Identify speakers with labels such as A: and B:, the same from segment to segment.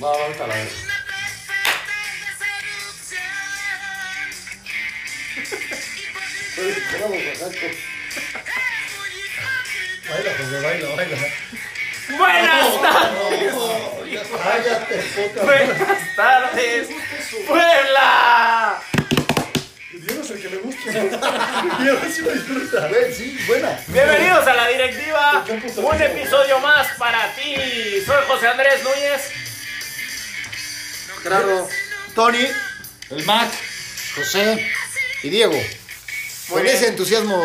A: No, no, ahorita la veo.
B: Baila, José, baila, baila.
C: Buenas tardes.
B: Cállate, puta.
C: Buenas tardes. Puebla.
B: Yo no sé que le guste. Yo no sé disfruta. este
A: Güey, sí, buena.
C: Bienvenidos a la directiva. Un episodio más para ti. Soy José Andrés Núñez.
A: Claro. Tony, el Mac, José y Diego. Con
C: bien.
A: ese entusiasmo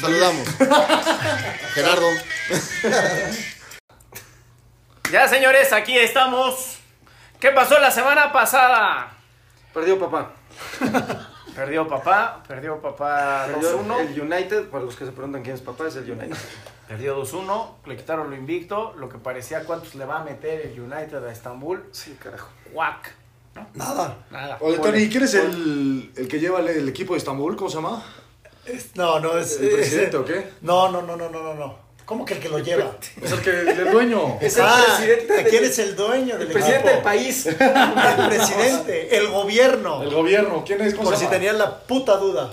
A: saludamos. Gerardo.
C: Ya señores, aquí estamos. ¿Qué pasó la semana pasada?
D: Perdió papá.
C: Perdió papá, perdió papá
D: Perdió
C: 2-1.
D: el United, para los que se preguntan quién es papá, es el United.
C: Perdió 2-1, le quitaron lo invicto, lo que parecía cuántos le va a meter el United a Estambul.
D: Sí, carajo.
C: Guac.
B: Nada.
C: Nada.
E: Oye, Tony, ¿quién es el, el que lleva el, el equipo de Estambul? ¿Cómo se llama?
B: Es- No, no es.
E: ¿El presidente o qué?
B: No, no, no, no, no, no, no. ¿Cómo que el que lo lleva?
E: Es el, que, el dueño.
D: Es el
B: Ah,
D: presidente
B: ¿Quién
D: del-
B: es el dueño del
D: El presidente del
B: equipo?
D: país.
B: El presidente, el gobierno.
E: El gobierno. ¿Quién es? ¿Cómo
B: Por
E: se
B: si
E: llama?
B: tenían la puta duda.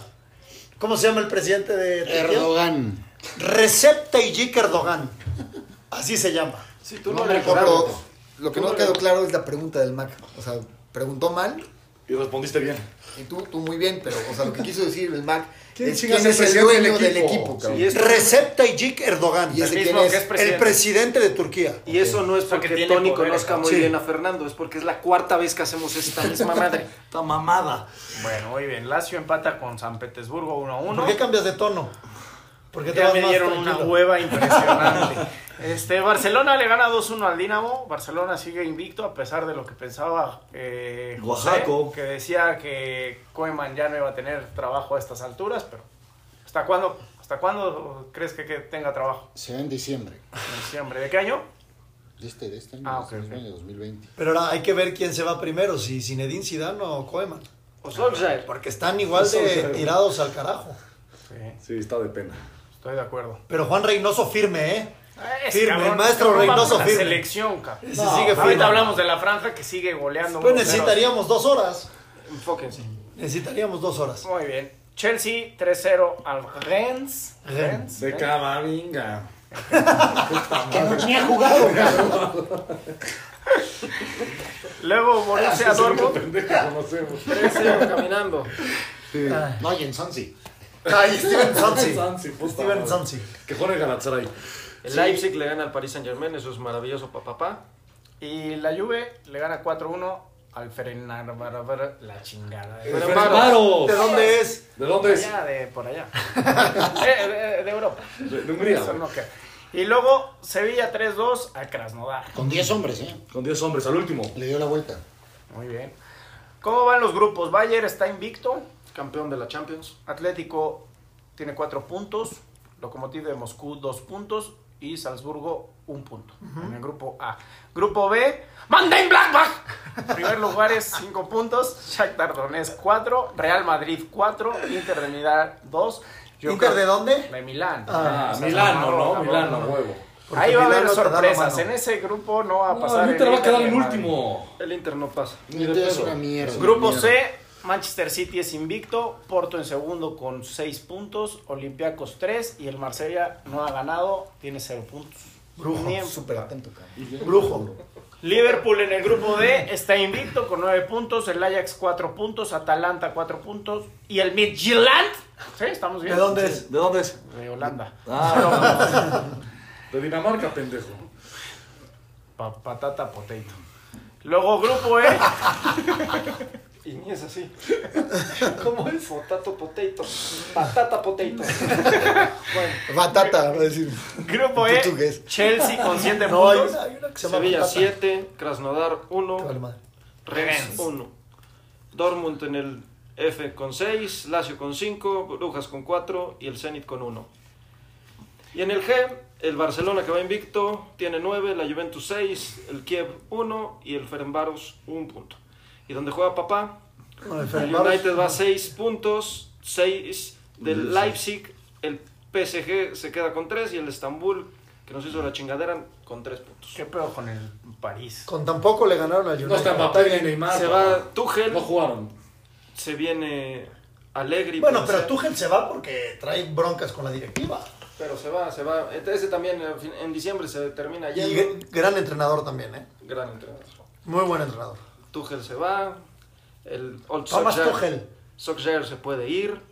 B: ¿Cómo se llama el presidente de Turquía?
A: Erdogan.
B: Recep Tayyip Erdogan. Así se llama.
D: Si tú
A: No,
D: no,
A: pero
D: le cobró.
A: lo que no quedó claro es la pregunta del Mac. O sea, preguntó mal
E: Y respondiste bien.
A: y tú, tú muy bien, pero o sea, lo que quiso decir el Mac
E: ¿Quién
A: es
E: chingas
A: quién
E: es
A: es el
E: presidente
A: dueño
E: del
A: del
E: equipo?
A: equipo, cabrón.
D: Sí, es-
B: Recep Tayyip Erdogan.
A: Y ese
C: El
A: quién
C: mismo que
A: es.
C: es presidente.
B: El presidente de Turquía.
D: Y eso no es
C: Porque
D: porque,
C: tiene
D: Tony
C: poder,
D: conozca
C: ¿no?
D: muy
B: Sí.
D: bien a Fernando, es porque es la cuarta vez que hacemos esta misma madre.
B: Esta mamada.
C: Bueno, muy bien. Lazio empata con San Petersburgo 1-1.
B: ¿Por qué cambias de tono? Porque te
C: Ya
B: vas
C: me
B: más
C: dieron una
B: tranquilo?
C: hueva impresionante. Este, Barcelona le gana 2-1 al Dinamo. Barcelona sigue invicto a pesar de lo que pensaba eh, José,
B: Oaxaco.
C: que decía que Koeman ya no iba a tener trabajo a estas alturas, pero ¿hasta cuándo? ¿Hasta cuándo crees que, que tenga trabajo?
F: Se va en diciembre
C: En diciembre. ¿De qué año?
F: de este, de este año,
C: Ah, ok,
F: de este
C: ok.
F: año 2020.
B: Pero ahora hay que ver quién se va primero, si Zinedine Zidane o Koeman.
D: O Solskjaer.
B: Porque están igual de tirados al carajo.
C: Sí,
E: Sí, está de pena.
C: estoy de acuerdo.
B: Pero Juan Reynoso firme, ¿eh?
C: Ese
B: Firme,
C: cabrón,
B: el maestro
C: no va
B: Reynoso
C: por la
B: firme.
C: selección, cabrón.
B: Ese sigue firme.
C: Ahorita hablamos de la franja que sigue goleando.
B: Pues
C: 1-0.
B: necesitaríamos dos horas.
D: Enfóquense.
B: Necesitaríamos dos horas.
C: Muy bien. Chelsea 3-0 al Rennes.
B: Rennes.
E: De Camavinga. Ah,
C: Luego Borussia Dortmund.
E: Pendejo, conocemos.
D: 3-0 caminando.
F: No, y en Sansi.
B: Ay, Steven Sansi.
E: Sansi, puta
B: Steven
E: madre.
B: Sansi.
E: Que juegue Galatasaray.
D: El Leipzig le gana al Paris Saint Germain, eso es maravilloso para papá.
C: Y la Juve le gana 4-1 al Ferencváros. La chingada. eh.
D: Pero
E: Ferenc
D: Varo,
E: Varo.
B: ¿De dónde es?
E: ¿De dónde es?
C: Allá de por allá. Eh, de, de Europa.
E: De, de Hungría.
C: Eso no queda. Y luego Sevilla 3-2 al Krasnodar.
F: Con 10 hombres, ¿eh?
E: Con 10 hombres, al último.
F: Le dio la vuelta.
C: Muy bien. ¿Cómo van los grupos? Bayern está invicto.
D: Campeón de la Champions.
C: Atlético tiene 4 puntos. Locomotiv de Moscú 2 puntos. Y Salzburgo 1 punto. En el grupo A. Grupo B. Manden Blackback. Primer lugar es 5 puntos. Shakhtar Donetsk 4. Real Madrid 4. Inter de Milán 2.
B: ¿Inter de dónde?
C: De Milán.
B: Ah,
E: Ah,
C: O sea,
E: Milano,
C: cabrón,
E: ¿no?
C: cabrón.
E: Milano, huevo.
B: Porque
C: Ahí va a haber
B: Milano te da la
C: sorpresas.
B: mano.
C: En ese grupo no va a
E: No,
C: pasar.
E: el Inter va a quedar
C: de
E: el
C: Madrid.
E: último.
D: El Inter no pasa.
E: Ni de
F: Inter es
E: pedo.
F: una mierda.
C: Grupo
F: Mierda.
C: C, Manchester City es invicto, Porto en segundo con 6 puntos, Olympiacos 3 y el Marsella no ha ganado, tiene 0 puntos.
B: Brujo,
C: Ni en-
A: Súper atento, cabrón.
B: Brujo.
C: Liverpool en el grupo D está invicto con 9 puntos, el Ajax 4 puntos, Atalanta 4 puntos y el Midtjylland, sí, estamos
B: ¿De
C: bien.
B: dónde es?
E: ¿De dónde es?
C: De Holanda.
E: De Dinamarca, pendejo.
C: Pa- patata potato. Luego grupo E,
D: Y ni es así. ¿Cómo es? Potato potato. Patata potato. bueno.
A: Batata, va a decir.
C: grupo E,
A: Portugués.
C: Chelsea con 7
B: No, hay
C: puntos.
B: una, hay una que se llama
D: Sevilla
B: Patata.
D: 7, Krasnodar
B: Te vale
D: 1,
B: madre.
C: Rennes.
D: Rennes 1. Dortmund en el F con 6, Lazio con 5, Brujas con 4 y el Zenit con 1. Y en el G, el Barcelona que va invicto tiene 9, la Juventus 6, el Kiev 1 y el Ferencváros 1 punto. Y donde juega papá,
B: No, el
D: el
B: Fenerbahce.
D: United va 6 puntos, 6 del Leipzig, el PSG se queda con 3 y el Estambul que nos hizo la chingadera con tres puntos.
C: ¿Qué pedo con el París?
B: Con tampoco le ganaron al United.
G: No está Mbappé ni Neymar.
D: Se va Tuchel,
G: No jugaron.
D: se viene Alegri.
B: Bueno, pero Tuchel se va porque trae broncas con la directiva.
D: Pero se va, se va. Ese también en fin- en diciembre se termina
B: Y
D: ya.
B: gr- gran entrenador también, ¿eh?
D: Gran entrenador.
B: Muy buen entrenador.
D: Tuchel se va. El Old
B: Thomas
D: Solskjaer-
B: Tuchel.
D: Solskjaer se puede ir.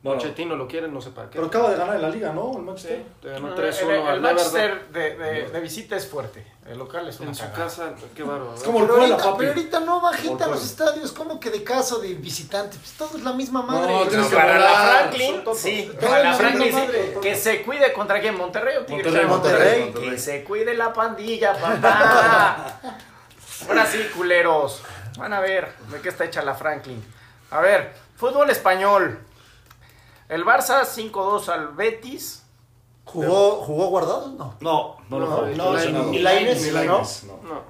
H: Bueno.
D: Pochettino lo quiere, no sé para qué.
H: Pero acaba de ganar en la liga, ¿no? El Manchester.
D: Te
C: El,
D: ganó 3-1
C: Ah, el- el
D: al Everton.
C: Manchester de, de- de visita es fuerte. El local es una
D: En su
C: cagada.
D: casa, qué bárbaro. ¿eh?
H: Es como el
B: Pero
H: Puebla,
B: ahorita,
H: papi.
B: pero ahorita no va gente a
H: Por
B: los
H: Puebla.
B: estadios, como que de casa, de visitante. Pues todo es la misma madre.
G: No, tienes que
C: Para la
G: volar.
C: Franklin, sí.
B: Todos
C: Para la
B: nos
C: Franklin,
B: valen
C: sí.
B: madre.
C: Que se cuide contra quién, Monterrey o Tigres.
G: Monterrey,
B: Monterrey.
H: Monterrey.
C: Que se cuide la pandilla, papá. Ahora sí, culeros. Van a ver de qué está hecha la Franklin. A ver, fútbol español. El Barça 5-2 al Betis.
B: ¿Jugó, ¿Jugó guardado? No.
H: No, no lo
B: No,
H: juego.
B: no,
H: Lesionado.
B: ni Lainez,
H: Ni
B: ¿no?
H: Lainez, no.
D: No.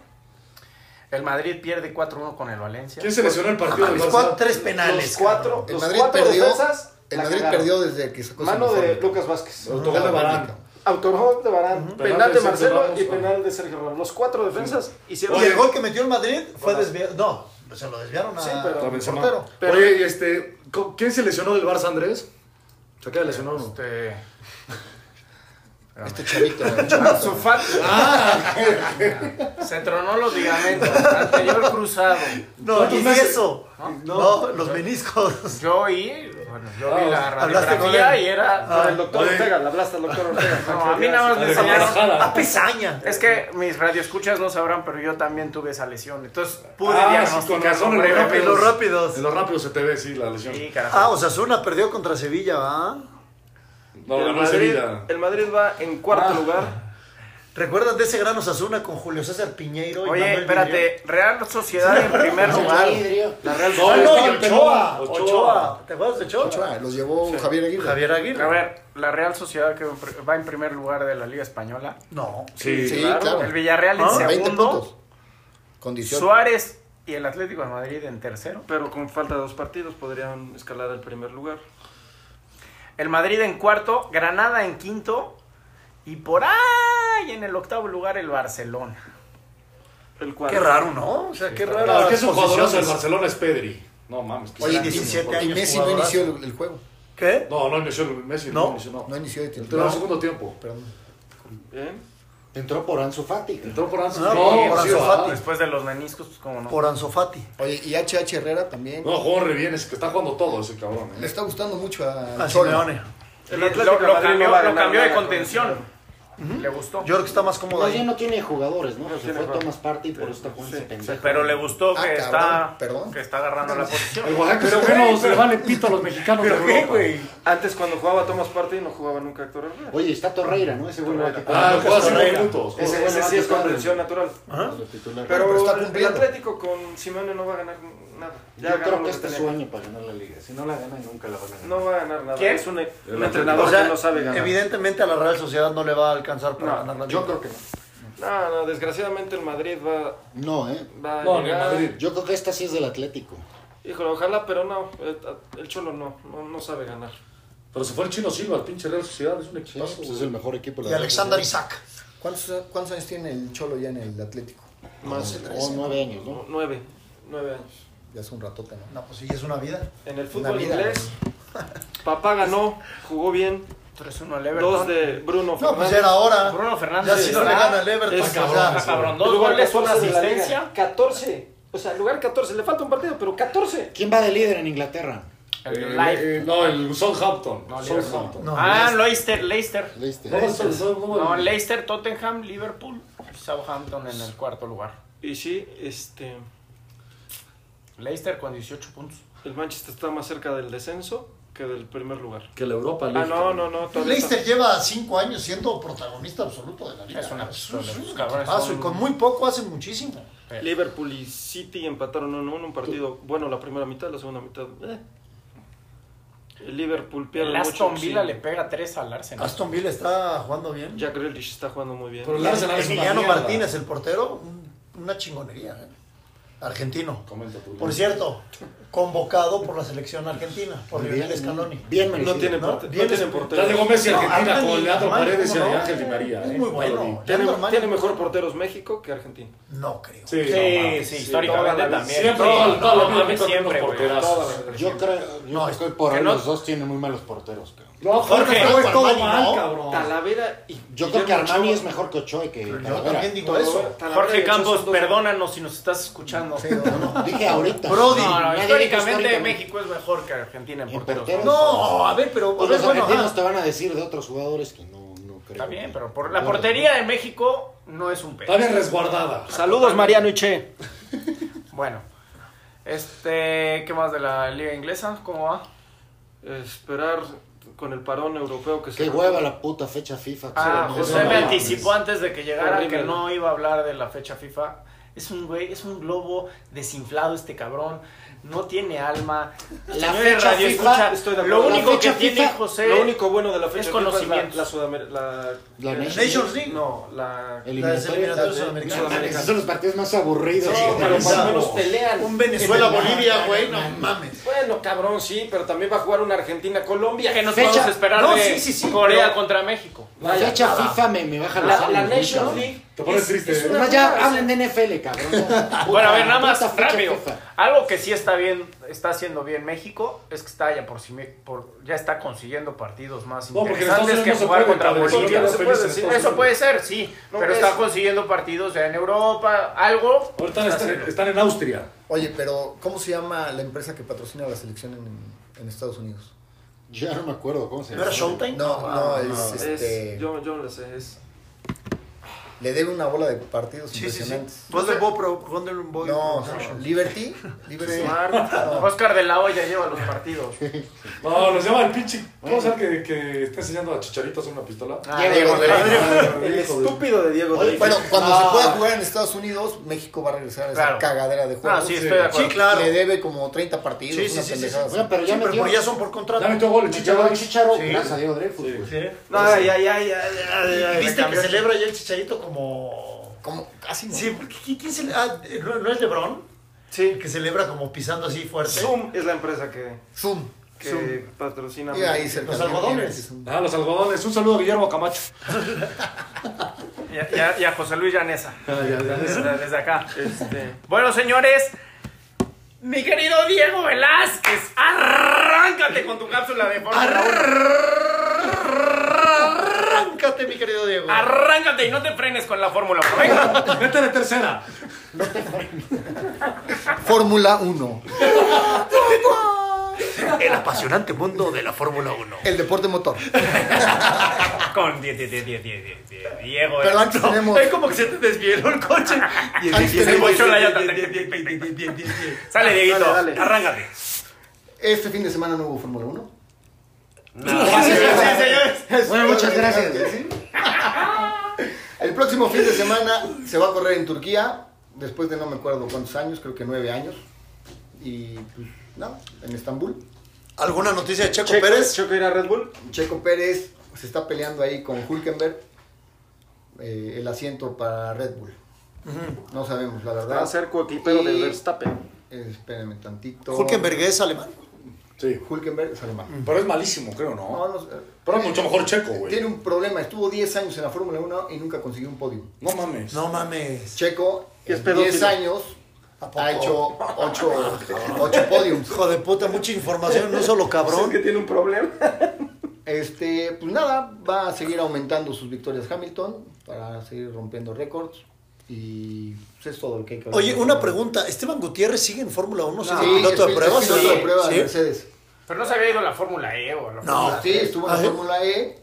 C: El Madrid pierde 4-1 con el Valencia.
H: ¿Quién se lesionó el partido del
B: Mames,
H: Barça?
B: cuatro- tres penales.
C: Los cuatro,
A: El
C: los
A: Madrid
C: cuatro
A: perdió.
C: defensas
A: El
C: la
A: Madrid
C: cagaron.
A: perdió desde que sacó
D: Mano de
A: uniforme.
D: Lucas Vázquez.
H: Autogol de Varane.
D: Autogol de Barán,
H: Penal
D: penal
H: de
D: de
H: Sergio
D: Marcelo
H: Ramos,
D: y
H: ¿no?
D: penal de Sergio Ramos. Los cuatro defensas hicieron.
B: Y el gol que metió el Madrid fue desviado. No, se lo desviaron a,
D: Sí, pero-
B: al
H: Benzema.
B: portero.
D: Pero-
H: Oye, y este, ¿co- ¿quién se lesionó del Barça, Andrés? ¿Se acaba de lesionar o no?
C: Este,
A: Este chavito.
C: su fan- Se tronó los ligamentos. Anterior cruzado.
B: No, y
H: meses?
B: eso. No, los meniscos.
C: Yo oí, bueno, yo vi la
B: ¿hablaste con
C: radiografía
B: él?
C: y era.
D: Al doctor Ortega, le hablaste al doctor Ortega.
C: No, a mí nada más me
H: de
C: enseñaron.
H: Guadalajara.
B: A pesaña.
C: Es que mis radioescuchas no sabrán, pero yo también tuve esa lesión. Entonces pude
H: Ah, sí, con
C: diagnosticar
H: razón,
C: con
H: el
C: breve-
B: Y los rápidos.
H: En los rápidos se te ve, sí, la lesión.
C: Sí, carajo.
B: Ah, Osasuna perdió contra Sevilla, ¿va?
H: No,
D: el,
H: ganó el
D: Madrid,
H: Sevilla.
D: el Madrid va en cuarto
A: Ah.
D: lugar.
B: ¿Recuerdan de ese gran Osasuna con Julio César Piñeiro y
C: Oye,
B: Manuel Vidrio?
C: espérate, Real Sociedad en primer lugar. La Real
H: No, estaba
C: Sociedad.
B: y
H: en
B: Ah, Ochoa,
H: Ochoa.
B: Ochoa. ¿Te acuerdas de Ochoa?
A: Ochoa, los llevó Javier Aguirre.
B: Javier
C: A
B: Aguirre.
C: ver, la Real Sociedad que va en primer lugar de la Liga Española.
B: No.
H: Sí.
A: Sí,
D: claro.
A: claro.
C: El Villarreal en
B: Ah,
A: 20 puntos.
C: segundo.
A: Con 18.
C: Suárez y el Atlético de Madrid en tercero.
D: Pero con falta de dos partidos podrían escalar al primer lugar.
C: El Madrid en cuarto, Granada en quinto. Y por ahí en el octavo lugar el Barcelona.
D: El cuarto.
B: Qué raro, ¿no? O sea, qué raro.
H: Claro,
B: las
H: que es un jugador del
B: posiciones.
H: Barcelona es Pedri. No mames. que
B: Oye,
H: es
B: 17
H: grandísimo.
B: años.
A: Y Messi no
B: jugadorazo.
A: inició el, el juego.
B: ¿Qué?
H: No, no inició el Messi.
B: No.
H: No, inició, no.
A: No inició de
H: Entró en
A: titular.
H: el segundo tiempo.
A: Perdón.
D: Bien.
A: Entró por Ansu Fati.
H: Entró por Ansu
B: No,
H: Fati.
B: por
H: sí,
B: Ansu
H: ¿verdad?
B: Fati.
C: Después de los meniscos, pues como no.
B: Por Anzofati.
A: Oye, y HH Herrera también.
H: No, jugó re bien. Es que está jugando todo ese cabrón.
A: Le
H: ¿eh?
A: está gustando mucho a,
B: A
A: Cholo.
B: Simeone.
D: El
C: Lo-
D: Atlético
C: lo,
D: de Madrid
C: cambió,
D: no va a
C: lo
D: ganar
C: cambió de
D: nada con
C: contención. Le gustó.
B: Yo creo que está más cómodo
A: Más bien
B: ahí.
A: no tiene jugadores, ¿no? Se
D: tiene
A: fue
D: jugadores.
A: Thomas Party y por eso está jugando ese pendejo.
C: Pero le gustó
A: Ah,
C: que,
A: cabrón,
C: está,
A: perdón.
C: que está agarrando la posición.
H: El Oaxaca pero bueno, se le vale pito a los mexicanos de Europa.
D: Antes cuando jugaba Thomas Partey no jugaba nunca Héctor Herrera.
A: Oye, está Torreira, ¿no? Ese güey no va a titular.
H: Ah, juega cinco
B: Torreira.
H: minutos.
D: Ese, ese
A: Ese no
D: sí es
A: titular.
D: comprensión natural.
B: ¿Ah?
A: Titular.
D: Pero,
A: Pero está
D: el
A: cumpliendo.
D: Atlético con Simeone no va a ganar nada. Ya
A: Yo
D: ganó
A: creo
D: lo
A: que este es
D: tenía.
A: su año para ganar la liga. Si no la gana, nunca la van a ganar.
D: No va a ganar nada.
C: ¿Quién?
D: Es un, e- un
H: El
D: entrenador
B: O sea,
D: que no sabe ganar.
B: evidentemente a la Real Sociedad no le va a alcanzar para
D: No,
B: ganar la
A: Yo
B: liga.
A: creo que no.
D: No, no, desgraciadamente el Madrid va,
A: No, ¿eh?
D: va a
H: No, ni el
D: llegar.
H: Madrid.
A: Yo creo que esta sí es del Atlético.
D: Híjole, ojalá, pero no. El, el Cholo no, no, no sabe ganar.
H: Pero se fue el chino Silva, el pinche Real Sociedad. Es un
A: Sí,
H: equipazo.
A: pues es el mejor equipo. de
B: Y
A: la
B: Alexander
A: Real Sociedad.
B: Isaac.
A: ¿Cuántos, ¿Cuántos años tiene el Cholo ya en el Atlético?
D: Más
A: Once, o Oh, nueve años,
D: No,
A: ¿no?
D: nueve. Nueve años.
A: Ya hace un ratota, ¿no?
B: No, pues sí, es una vida.
D: En el
A: Una
D: fútbol
A: vida.
D: inglés, papá ganó, jugó bien.
C: 3-1 al Everton.
D: Dos de Bruno
B: No, pues
D: Fernández.
B: era ahora.
C: Bruno Fernández.
B: Ya si no le
C: está-
B: gana el Everton,
D: es
B: pues ya.
C: está cabrón. Dos
D: Lugar
C: goles, una
D: 14 de la liga.
C: asistencia.
D: 14. O sea, lugar 14. Le falta un partido, pero 14.
A: ¿Quién va de líder en Inglaterra?
C: El
H: Eh,
C: Live.
H: eh, no, el Southampton.
C: No,
H: Southampton.
B: No,
C: ah, Leicester, Leicester.
A: Leicester.
H: No, eso- eso-
C: No,
H: no, el-
C: Leicester, Tottenham, Liverpool, Southampton en el cuarto lugar.
D: Y sí, este.
C: Leicester con 18 puntos.
D: El Manchester está más cerca del descenso que del primer lugar.
H: Que la Europa
D: Ah, no, no, no. todavía está-
B: Leicester lleva cinco años siendo protagonista absoluto de la liga.
C: Es una
B: un-
C: pistola,
B: es un
C: los cabrones
B: equipazo,
C: son-
B: y con muy poco hacen muchísimo.
D: Liverpool y City empataron 1-1. Un partido bueno la primera mitad, la segunda mitad. eh. El Liverpool pierde
C: El
D: mucho.
C: Aston
D: sí.
C: Villa le pega 3 al Arsenal.
B: Aston Villa está jugando bien.
D: Jack Grealish está jugando muy bien.
H: Pero el Arsenal es una
B: Emiliano
H: mierda.
B: Martínez, el portero, un- una chingonería. ¿eh? Argentino.
H: Comenta tú.
B: Por cierto, convocado por la selección argentina, por Lionel Scaloni.
A: Bien
D: No
A: merecido.
D: tienen,
B: ¿no?
D: parte- no
B: Bien,
D: tienen
B: es-
D: portero.
H: La de Gómez y
B: No,
H: Argentina
B: Armani,
H: con Leandro
B: Armani,
H: Paredes y
B: ¿cómo no?
H: Ángel Di María.
B: Es
H: ¿eh?
B: muy bueno.
D: Tiene,
B: Leandro Armani.
D: tiene mejor porteros México que Argentina.
B: No creo.
H: Sí,
C: Sí, sí, históricamente también.
H: Siempre,
C: Sí,
H: todos- todos los
C: mames,
H: momentos
C: siempre,
H: unos
C: güey, todas
H: porterazos.
C: las veces.
G: Yo creo, yo creo que por
C: que
G: ahí
C: no-
G: los dos tienen muy malos porteros, creo.
H: No, Jorge,
B: Jorge,
H: no es todo
B: Armani,
H: mal,
B: ¿no?
H: cabrón.
D: Talavera y
G: Yo creo que
D: Guillermo
G: Armani
D: Ochoa.
G: es mejor que Ochoa y que
B: Yo
G: Talavera.
B: también digo eso.
D: Talavera y
C: Jorge
D: Ochoa son
C: Campos,
D: dos-
C: perdónanos si nos estás escuchando.
B: Sí, no, no.
G: Dije ahorita.
B: Brody.
C: No, no,
G: Nadie dijo
C: históricamente México es mejor que Argentina en
G: En
C: porteros.
G: porteros.
B: No, a ver, pero. a
G: Pues
B: ver,
G: los
B: bueno,
G: argentinos
B: ah,
G: te van a decir de otros jugadores que no, no creo.
C: Está bien,
G: que-
C: pero por la
G: Bueno,
C: portería de México no es un
H: Está
C: pedo.
H: bien resguardada.
D: Saludos Mariano y Che.
C: Bueno, este, ¿qué más de la liga inglesa? ¿Cómo va?
D: Esperar con el parón europeo que se
G: Qué hueva la puta fecha FIFA.
C: Ah,
G: Sí, no,
C: José
G: no,
C: me
G: no,
C: anticipó antes de que llegara
D: Horrible,
C: que
D: ¿no?
C: no iba a hablar de la fecha FIFA. Es un güey, es un globo desinflado este cabrón. No tiene alma.
G: La
C: Señores
G: fecha
C: radio
G: FIFA,
C: escucha,
D: estoy de
C: lo
D: acuerdo.
C: único
G: La fecha
C: que tiene
G: FIFA,
C: José
D: Lo único bueno de la fecha
C: es
D: FIFA
C: conocimiento.
D: la, la Sudamer- la-
G: La
D: eh,
G: Nations
B: Nations League.
D: No, la
G: Eliminatorias.
B: Las eliminatorias
G: Las-
B: sudamericanas.
G: No mames, esos son los partidos más aburridos.
D: No, pero por lo
G: Organizados.
D: menos pelean.
B: Un Venezuela-Bolivia, güey, no mames.
D: Bueno, cabrón, sí, pero también va a jugar una Argentina-Colombia.
C: que nos
G: Fecha-
C: vamos a esperar
B: No,
C: de
B: sí, sí, sí,
C: Corea
D: pero-
C: contra México.
G: La fecha FIFA me, me baja los
D: La, la
G: ánimos, muy
D: Nations
G: cabrón.
D: League.
H: Ah, Te pones triste, ¿eh?
D: una
G: No, ya
D: mierda,
G: hablen
D: o
G: de NFL, cabrón. ya.
C: Bueno, a ver, nada
G: Puta
C: más
G: fecha
C: rápido.
G: FIFA.
C: Algo que sí está bien, está haciendo bien México es que está ya por, sí- por- ya está consiguiendo partidos más
H: No, porque en Estados
C: interesantes
H: Unidos
C: que
H: no se
C: jugar
H: puede,
C: contra
H: padre, solo
C: Bolivia.
H: quedas
C: Se
H: feliz
C: puede
H: en
C: decir,
H: Estados
C: Eso
H: Unidos.
C: puede ser, sí,
D: No,
C: pero
D: es-
C: está consiguiendo partidos ya en Europa, algo.
H: Ahorita
C: está
H: están,
C: haciendo.
H: están en Austria.
A: Oye, pero ¿cómo se llama la empresa que patrocina la selección en, en Estados Unidos?
G: Ya no me acuerdo cómo se
B: ¿No era
G: llama.
B: Showtime?
A: No, no, es,
D: sea, es-
A: este,
D: yo, yo no lo sé. Es,
A: le debe una bola de partidos
B: Sí, sí, sí.
A: impresionantes.
B: Wonder Boy, pero Wonder Boy.
A: No, Liberty, Liberty. Ah,
C: Oscar de la Hoya lleva los partidos.
H: No, nos llama el pinche. ¿Cómo saber que, que está enseñando a Chicharito a hacer una pistola?
C: Ah,
A: Diego
C: Diego
A: Rodríguez.
C: Rodríguez.
D: el estúpido de Diego Dreyfus.
A: Bueno, cuando
G: Ah.
A: se pueda jugar en Estados Unidos, México va a regresar a esa
C: Claro.
A: cagadera de juegos.
C: Ah, sí, estoy de
A: Sí,
C: acuerdo.
A: claro. Le debe como 30 partidos,
B: Sí, sí,
A: una
B: sí, sí,
A: pendejada
B: sí.
A: así.
G: Bueno, pero ya
B: Sí, pero
G: metió.
B: porque ya son por contrato.
H: Ya metió gol el
G: Metió
H: Chicharito.
G: el Chicharo,
B: Sí.
G: gracias a Dios Dreyfus. pues,
H: Sí.
G: güey.
D: Ay, ay, ay, ay, ay, ay, me
B: ¿Viste que
D: cambió.
B: celebra ya el chicharito como.
A: Como casi no.
B: Sí, porque ¿qui- ¿quién se ah, ¿no, no es LeBron? El
D: Sí,
B: que celebra como pisando así fuerte.
D: Zoom es la empresa que,
A: Zoom.
D: que patrocina.
A: Y ahí cerca
B: Los
A: de Argentina,
B: algodones.
A: que es un-
H: Ah, los algodones. Un saludo a Guillermo Camacho.
C: Y a- y a- y a José Luis Llanesa.
D: Ah,
C: Desde, desde acá.
D: Este,
C: Bueno, señores, mi querido Diego Velázquez, arráncate con tu cápsula de Fórmula 1.
B: Arráncate, mi querido Diego.
C: Arráncate y no te frenes con la Fórmula 1. Venga.
H: Vete de tercera.
A: Fórmula 1.
B: El apasionante mundo de la Fórmula 1.
A: El deporte motor.
C: Con die- die- die- die- die- die- die- Diego. ¿eh?
A: Pero antes tenemos.
B: Es como que se te desvieló el coche. Y
A: Antes
B: y-
A: que se
C: mochó la
B: y-
C: llanta.
B: y- y- y- y- y-
C: Sale, Dieguito.
D: Dale, dale.
C: Arráncate.
A: Este fin de semana no hubo Fórmula 1.
G: Bueno, muchas gracias.
A: El próximo fin de semana se va a correr en Turquía, después de no me acuerdo cuántos años, creo que nueve años. Y pues, no, en Estambul.
B: ¿Alguna noticia de Checo,
D: Checo-
B: Pérez?
D: Checo irá a Red Bull.
A: Checo Pérez se está peleando ahí con Hulkenberg eh, el asiento para Red Bull. No sabemos, la
D: Va a
A: verdad.
D: ser coequipero de
A: Y-
D: Verstappen.
A: Eh, espérenme tantito.
B: Hulkenberg es alemán.
H: Sí.
A: Hulkenberg es alemán.
E: Pero es malísimo, creo, ¿no?
A: No, no sé.
E: Pero es mucho mejor checo,
A: Tiene
E: güey.
A: un problema, estuvo 10 años en la Fórmula 1 y nunca consiguió un podio.
E: No mames.
B: No mames.
A: Checo,
D: Y es
A: en
D: pedófilo.
A: 10 años, ha hecho 8, podiums.
B: Hijo de puta, mucha información, no solo
D: Es que
B: cabrón.
D: tiene un problema.
A: Este, pues nada, va a seguir aumentando sus victorias Hamilton para seguir rompiendo récords. Y pues, es todo lo que hay que hablar.
B: Oye, una pregunta. ¿Esteban Gutiérrez sigue en Fórmula 1?
A: Sí,
B: ¿Sigue piloto de pruebas?
A: Es piloto de prueba de
B: ¿Sí?
A: Mercedes.
C: Pero no se había ido la Fórmula E o
B: No.
C: la Fórmula
A: Sí, estuvo en
B: Ah,
A: la
B: ¿sí?
A: Fórmula E,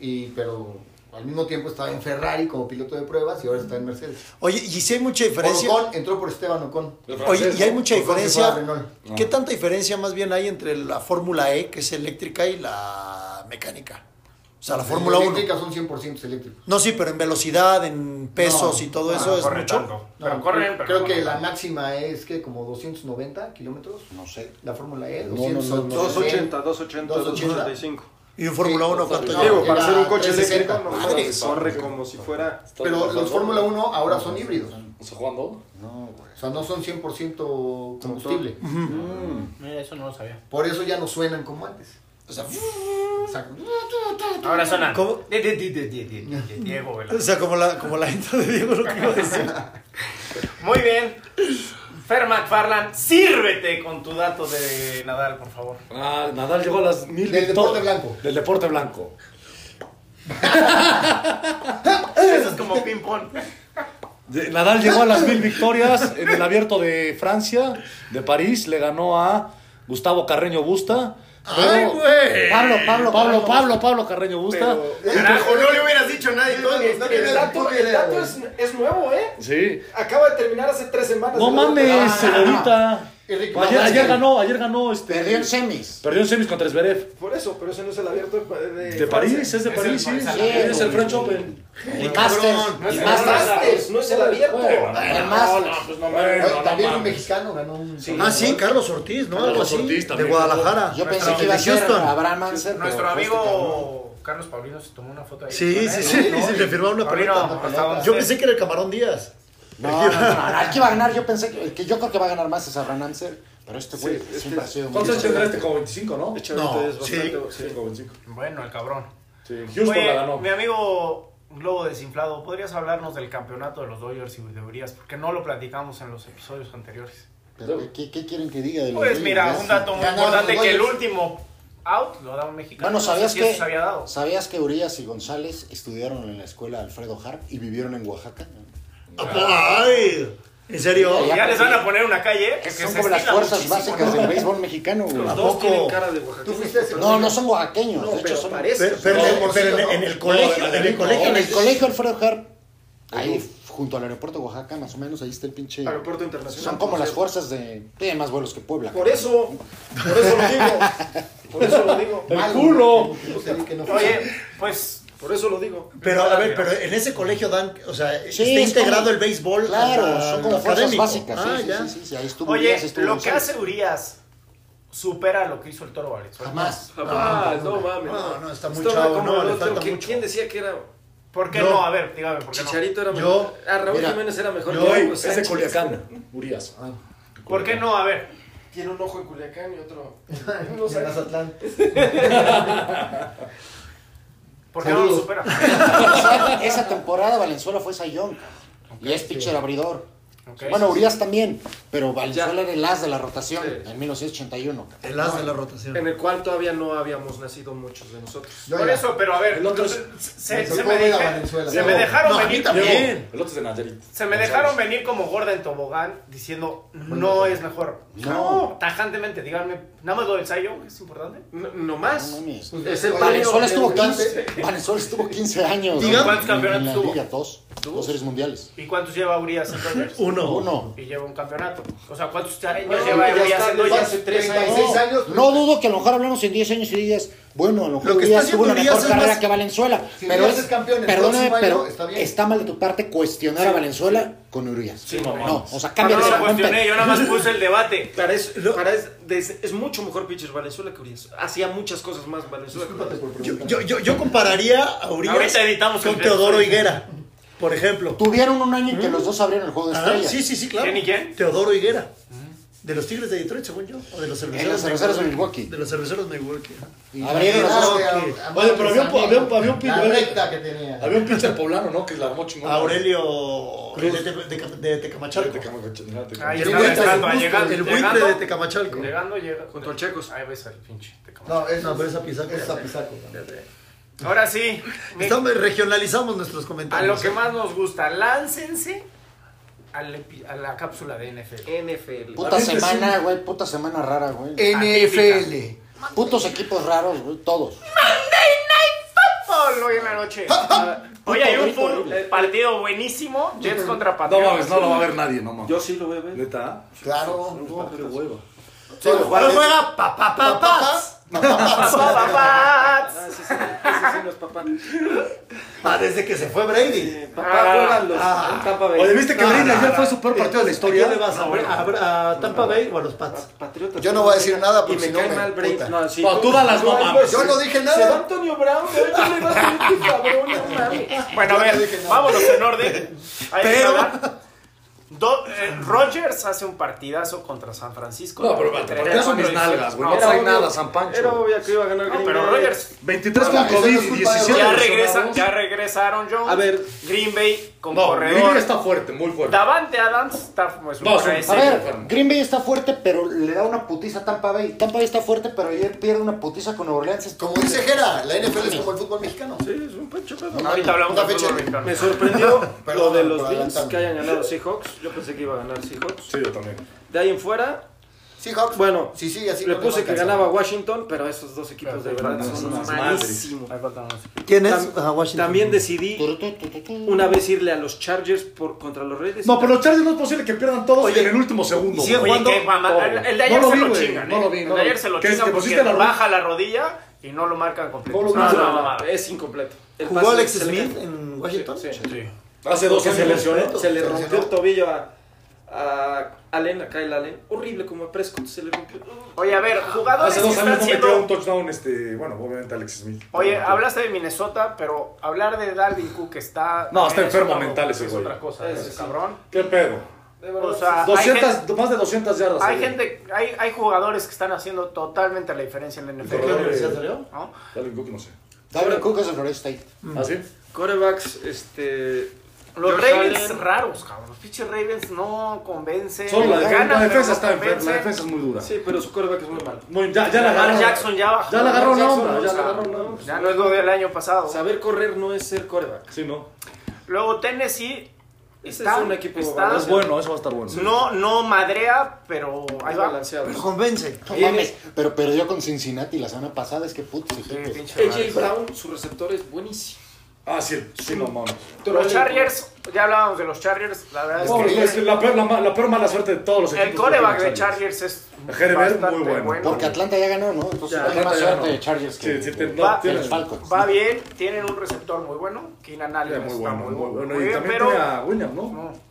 A: y, pero al mismo tiempo estaba en Ferrari como piloto de pruebas y ahora está en Mercedes.
B: Oye, ¿y si hay mucha diferencia?
A: Ocon entró por Esteban Ocon.
B: Oye, ¿y hay mucha
A: Ocon se fue a
B: diferencia?
A: Renault.
B: ¿Qué tanta diferencia más bien hay entre la Fórmula E, que es eléctrica, y la mecánica? O sea, la Fórmula
A: Las
B: 1.
A: eléctricas son 100% eléctricos.
B: No, sí, pero en velocidad, en pesos
A: No.
B: y todo
C: Ah,
B: eso
C: no
B: es
C: corre
B: mucho.
C: tanto. Pero
A: No,
C: corren,
A: creo-
C: pero
A: creo
C: no
A: que
C: tanto.
A: la máxima es que como 290 kilómetros.
G: No sé.
A: La Fórmula E,
G: No, no, no,
A: 200,
G: no.
D: 280, 280, 285.
B: ¿Y en Fórmula 1 cuánto
A: No,
D: Digo,
B: lleva?
A: llega
D: para ser un coche
A: 360.
D: eléctrico, no
B: Madres.
D: mames, corre como si fuera.
A: Pero los Fórmula 1 ahora son híbridos.
E: O sea, jugando.
G: No, güey.
A: O sea, no son 100% combustible.
C: Mira, eso no lo sabía.
A: Por eso ya no suenan como antes.
B: O sea,
A: O sea,
C: Ahora suena.
B: ¿Cómo?
C: Di- di- di- di- di- di- di- Diego, Velasco.
B: o sea, como la, como la intro de Diego lo que iba a decir.
C: Muy bien. Fer McFarland, sírvete con tu dato de Nadal, por favor.
E: Ah, Nadal llegó a las mil.
A: Del deporte
E: victorias-
A: blanco.
E: Del deporte blanco.
C: Eso es como ping-pong.
E: De- Nadal llegó a las mil victorias en el abierto de Francia, de París. Le ganó a Gustavo Carreño Busta.
G: ¡Ay,
E: Luego-
G: güey!
E: Pablo, Pablo, Pablo, Pablo, Pablo Carreño Busta.
C: Carajo, no le hubieras dicho a nadie.
A: El dato- el dato es-
D: nuevo, ¿eh?
E: Sí.
D: Acaba de terminar hace tres semanas.
E: No mames, señorita.
A: Enrique,
E: Ayer,
A: no,
E: ayer
A: no.
E: ganó, ayer ganó este.
G: Perdió en semis.
E: Perdió en semis contra Zverev.
D: Por eso, pero ese no es el abierto de,
E: De París, es de
C: Es
E: París,
C: el-
E: sí.
C: es el-
E: Sí, Es el French Open.
G: Y Masters. Y Masters.
D: no es el abierto.
G: El Masters.
A: Oye, También un mexicano ganó un.
B: Ah, sí, Carlos Ortiz, ¿no?
E: Carlos
B: Algo así,
E: Ortiz
B: de
E: también.
B: Guadalajara.
G: Yo pensé
C: Nuestro-
G: que iba a
B: de
G: ser
B: Houston.
G: Abraham Anser. pero
C: Nuestro
G: fue este cabrón.
C: amigo Carlos Paulino se tomó una foto ahí.
B: Sí, sí, sí, y se le firmó una
C: Paulino,
B: pelota.
C: hasta donde
B: Yo
C: estés.
B: pensé que era el Camarón Díaz.
G: No, no, no, no, no, El que iba a ganar, yo pensé que, el que yo creo que va a ganar más es Abraham Anser. Pero este güey siempre ha sido muy.
E: ¿Cuántos tendrá este? Como 25, ¿no?
B: No,
D: es bastante.
E: Sí, como 25.
C: Bueno, el cabrón.
E: Sí, Houston
C: Oye,
E: la ganó.
C: mi amigo Globo Desinflado, ¿podrías hablarnos del campeonato de los Dodgers y deberías? Porque no lo platicamos en los episodios anteriores.
G: Pero, ¿qué, ¿Qué quieren que diga de los
C: Pues
G: Dodgers?
C: mira,
G: Ya
C: un dato muy
G: ganaron los
C: importante que el
G: Dodgers.
C: último out lo da un mexicano.
G: Bueno,
C: No sé
G: ¿sabías
C: si
G: que,
C: eso se había dado.
G: ¿sabías que Urias y González estudiaron en la escuela Alfredo Harp y vivieron en Oaxaca?
B: Ay, ¿en serio?
C: Ya les van a poner una calle. ¿eh? porque
G: Son
C: se
G: como las
C: estila
G: fuerzas
C: muchísimo,
G: básicas del béisbol mexicano, güey.
D: Los
G: ¿A
D: dos
G: poco?
D: tienen cara de Oaxaca.
A: Tú fuiste ese.
G: No, no son oaxaqueños, de hecho
D: pero
G: son...
D: parece.
B: Pero, pero-
A: No,
B: pero
A: no.
B: en, en el colegio,
E: No,
B: en el colegio.
G: En el colegio Alfredo Harp, ahí junto al aeropuerto de Oaxaca, más o menos, ahí está el pinche...
D: Aeropuerto internacional.
G: Son como
D: por
G: las
D: cierto.
G: fuerzas de... Tiene más vuelos que Puebla.
D: Por eso, por eso lo digo. Por eso lo digo.
E: ¡El culo!
A: O sea, que no fue.
C: Oye, pues
D: Por eso lo digo.
B: Pero a ver, pero en ese colegio dan, o sea, está
G: Sí, es
B: integrado
G: como-
B: el béisbol.
G: Claro,
B: al-
G: son
B: al
G: como fuerzas
B: académico.
G: básicas. sí,
B: Ah,
G: sí,
B: ya.
G: sí, sí, sí, ahí estuvo Urias, ahí
C: Oye,
G: estuvo
C: lo que
G: González.
C: hace Urias supera lo que hizo el Toro Valenzuela.
G: Jamás.
D: Jamás, no mames.
B: No, no, está muy
D: Estaba
B: chavo,
D: como
B: no,
D: el
B: le
D: otro,
B: falta
D: que-
B: mucho.
D: ¿Quién decía que era
C: ¿Por qué
B: Yo-
C: no? A ver, dígame, ¿por qué no?
D: Chicharito? Era
B: Yo-
D: mejor. Ah, Raúl
B: mira,
D: Jiménez era mejor.
B: yo-
D: que
E: Güey,
D: Hugo
E: es de
D: Sánchez.
E: Culiacán. Urias.
C: ¿Por qué no? A ver.
D: Tiene un ojo en Culiacán y otro.
A: En Mazatlán.
C: ¿Por qué no lo
A: Saludos.
C: supera?
G: Esa- Esa temporada Valenzuela fue Sayón y es pitcher abridor.
C: Ok.
G: Bueno, Urias también, pero Valenzuela era el as de la rotación en 1981. cabrón.
B: El as de la rotación.
D: En el cual todavía no habíamos nacido muchos de nosotros.
A: Yo
C: Por
A: ya.
C: eso, pero a ver,
E: El otro es-
C: se, se
A: tocó
C: me,
A: ver a
C: dije-
A: Valenzuela.
C: se me
A: No,
C: dejaron venir.
E: Bien. El otro es de Nayarit.
C: Se me dejaron venir como gorda en tobogán diciendo no es mejor.
G: No.
C: Tajantemente, díganme, nada más lo del Sayo, es importante.
D: No, no más.
G: No mames.
D: es el
A: Oye,
D: premio
G: Valenzuela estuvo
A: importante.
G: 15, Valenzuela estuvo 15 años.
B: Diga-
G: en-
C: ¿Cuántos campeonatos
G: en la
C: tuvo?
G: Liga, dos. Dos series mundiales.
C: ¿Y cuántos lleva Urias en Dodgers?
B: Uno.
G: Uno.
C: Y lleva un campeonato. O sea, ¿cuántos años
D: No,
C: lleva
D: ya
C: Urias
D: está,
C: en
D: ya
C: Dodgers?
D: hace tres años.
A: 36
G: No,
A: años. pues.
G: No dudo que a lo mejor hablamos en 10 años y digas, bueno, a lo mejor
B: Lo que está
G: Urias tuvo una
B: haciendo Urias
G: mejor
B: es
G: carrera
B: más-
G: que Valenzuela.
A: Si
G: pero
A: Urias
G: es,
A: es campeón el
G: perdóname,
A: próximo año,
G: pero
A: está bien.
G: está mal de tu parte cuestionar a Valenzuela con Urias. no, o sea,
C: No,
G: cambia
C: no
G: de
C: lo
G: esa
C: cuestioné, yo nada más puse el debate.
D: Para eso, para es, des- es mucho mejor pitcher Valenzuela que Urias. Hacía muchas cosas más Valenzuela. que Urias.
B: Yo, yo, yo, yo compararía a Urias
C: Ahorita editamos
B: con
C: el-
B: Teodoro Higuera, por ejemplo.
G: Tuvieron un año en que los dos abrieron el juego de
B: Ah,
G: estrellas.
B: sí, sí, sí, claro.
C: ¿Quién y quién?
B: Teodoro Higuera. De los Tigres de Detroit, según yo. O de los cerveceros,
G: los cerveceros de Milwaukee.
B: De los cerveceros de Milwaukee.
G: Abrieron
E: Ah,
G: los dos.
B: Oye, pero había un- había un- había un-
A: La recta que tenía.
E: Había un pinche poblano, ¿no? Que la armó chingón.
B: Aurelio de, de, de- de Tecamachalco.
C: Ahí
B: El
C: está,
B: buitre,
C: exacto,
B: el
C: llegando,
B: buitre
C: llegando.
B: de Tecamachalco.
C: Llegando, llega.
D: Junto a Checos.
C: Ahí ves al pinche. te cago.
A: No, es,
B: No, pero esa pisaco.
A: es Zapizaco.
C: Ahora sí, mi-
B: Estamos, regionalizamos nuestros
C: a lo
B: comentarios.
C: que más nos gusta, láncense al epi- a la cápsula de NFL.
D: NFL.
G: Puta semana, güey, puta semana rara, güey.
C: NFL.
G: Putos equipos raros, güey, todos.
C: fútbol hoy en la noche. Hoy hay un fu- eh, partido buenísimo, Jets contra
E: No
C: Patriots.
E: mames, no lo va a ver nadie, no mames.
D: Yo sí lo voy a ver.
E: Neta.
G: Claro.
E: No, qué hueva.
G: Solo
B: Ahora
G: juegan-
B: juega papá papás.
C: Papá, papá.
D: Ah, ese, sí, ese sí no es papá.
B: Ah, desde que se fue Brady.
D: Eh, papá
C: Ah,
D: juega los en Tampa Bay.
E: Oye, ¿viste que
B: No,
E: Brady
B: no,
E: ayer
B: no.
E: fue su peor partido de la
B: ¿A quién le
E: historia?
B: vas a, a- a Tampa Bay o a los Pats?
D: Patriotas.
A: Yo no voy a decir nada porque
D: Y me
A: si no
D: cae
A: me
D: mal Brady.
A: puta.
D: No, sí,
E: No, tú dalas, no
D: algo
E: mames.
D: así.
A: Yo no dije
D: Se va
A: nada.
D: Antonio Brown, ¿eh? ¿Cómo le vas a decir, cabrón? No mames.
C: Bueno, a ver, vámonos en orden. Hay que
B: Pero-
C: hablar. Do- eh, Rogers hace un partidazo contra San Francisco.
E: No, pero
C: Entre
E: ya son mis
C: Rogers.
E: nalgas, güey. No
D: Era
E: trae
D: obvio-
E: nada, San Pancho.
D: Era obvio que iba a ganar
C: No,
D: Green
C: pero
D: Bay.
C: Rogers
E: 23 con
A: Ahora, eso no es
E: COVID,
A: culpa de
E: 17
C: ya,
A: Rogers,
C: regresa,
A: ¿no?
C: ya regresaron Jones.
D: A ver.
C: Green Bay con
E: No, Green
C: corredor.
E: Bay está fuerte, muy fuerte.
C: Davante Adams está pues,
E: No, es un-
C: una S.
G: A ver,
E: Fernando.
G: Green Bay está fuerte, pero le da una putiza a Tampa Bay. Tampa Bay está fuerte, pero ayer pierde una putiza con Nueva Orleans.
B: Como dice Jera, la NFL es como el fútbol mexicano.
D: Sí, es un pecho pedo.
C: Ahorita hablamos
B: Una
C: de fútbol
B: fecha.
C: americano.
D: Me sorprendió lo
B: Perdón
D: de
B: por
D: los Bills
B: adelantarme.
D: que hayan ganado Seahawks. Yo pensé que iba a ganar Seahawks.
E: Sí, yo también.
D: De ahí en fuera,
B: Sí, Hawks.
D: bueno,
B: sí, sí, así
D: le
B: no
D: puse que
B: alcanza.
D: ganaba Washington, pero esos dos equipos de verdad
C: Son
D: son
C: unas
D: malísimos.
C: Ahí faltan unos.
A: ¿Quién
D: Tam- También decidí una vez irle a los Chargers por, contra los Reyes.
E: No, pero los Chargers no es posible que pierdan todos en el último segundo.
G: y sigue
E: güey.
C: Oye,
G: jugando-
C: qué mamá-
E: Oh,
C: el, el de
E: no
C: ayer
E: lo
C: se
E: vi,
C: lo
E: güey,
C: chingan.
E: no
C: ¿eh?
E: lo vi,
C: el de
E: no lo
C: ayer
E: vi.
C: se lo
E: Que es
C: chingan
E: que
C: porque
E: pusiste la ru-
C: baja la rodilla y no lo marcan completo.
E: No lo vi.
C: No,
D: No,
C: no,
D: no,
C: no, no.
D: es incompleto. El
B: ¿Jugó
D: pase
B: Alex
D: se le
B: Smith
D: cae.
B: en Washington?
D: Sí, sí.
C: Sí.
E: Hace dos
D: Se,
E: años.
D: le
B: lesionó.
C: ¿eh?
D: se le
B: Se
D: rompió
B: lesionó.
D: el tobillo a, a Allen, a Kyle Allen. Horrible como a Prescott se le rompió. Uh,
C: Oye, a ver, jugadores
E: Hace
C: que
E: dos
C: están
E: años no metió un
C: siendo...
E: touchdown, este, bueno, obviamente Alex Smith.
C: Oye,
E: Pero-
C: hablaste de Minnesota, pero hablar de Dalvin Cook está...
E: No, está
C: es
E: enfermo
C: otra-
E: mental ese
C: es
E: güey.
C: otra cosa,
D: Ese
C: ese
D: sí.
C: cabrón.
E: ¿Qué pedo?
D: De verdad,
C: O sea, hay
E: 200,
C: gente-
E: más de 200 yardas.
C: hay
E: güey.
C: gente, hay, hay jugadores que están haciendo totalmente la diferencia en la
E: ¿Qué
C: NFL.
E: universidad
D: salió?
C: ¿no?
E: Dalvin Cook, no sé.
G: Dalvin Cook es de Florida State.
E: ¿Ah, sí?
D: Corebacks, este.
C: Los
D: Josh
C: Ravens
D: Allen.
C: raros, cabrón. Los pinches Ravens no convencen.
E: Solo la,
C: ganan,
E: la
C: pero
E: defensa
C: no
E: está enferma, la
C: convencen.
E: defensa es muy dura.
D: Sí, pero su coreback es muy malo.
E: Muy- ya, ya la
C: Lamar
E: agarró.
C: Jackson ya bajó.
E: Ya la agarró
C: Lamar
E: la
C: Jackson
E: onda, ya la
C: busca.
E: agarró la onda.
C: Ya no es lo del año pasado.
D: Saber correr no es ser coreback.
E: Sí, no.
C: Luego Tennessee
D: Ese
C: está,
D: es un equipo
C: está-
E: Es bueno, eso va a estar bueno.
C: no, no madrea, pero ahí
D: Es
C: va.
D: balanceado.
B: Pero convence.
G: No
D: Y en
G: mames,
D: es-
G: pero perdió con Cincinnati la semana pasada. Es que puto
C: Sí, pinche
D: AJ
C: madre.
D: Brown, su receptor es buenísimo.
E: Ah, sí, sí, no mames.
C: Los Chargers, ya hablábamos de los Chargers, la verdad es
E: No,
C: que
E: es la, peor, la, ma- la peor mala suerte de todos los
C: el
E: equipos.
C: coreback de
E: Charlie.
C: Chargers es
E: Herbert,
C: bastante
E: muy bueno.
G: Porque Atlanta ya ganó, ¿no? Entonces
E: Ya,
G: hay
E: Atlanta
G: más
E: ya
G: suerte
E: ganó.
G: de Chargers
E: Sí,
G: que
E: sí, te-
C: Va-
E: no,
G: que
E: tiene-
G: los Falcons. Eh,
C: Va bien, tienen un receptor muy bueno, Keenan Allen
E: tiene muy
C: está
E: bueno,
C: muy,
E: muy bueno.
C: muy
E: Y
C: bien,
E: también
C: pero
E: tiene a Williams, ¿no?
C: no.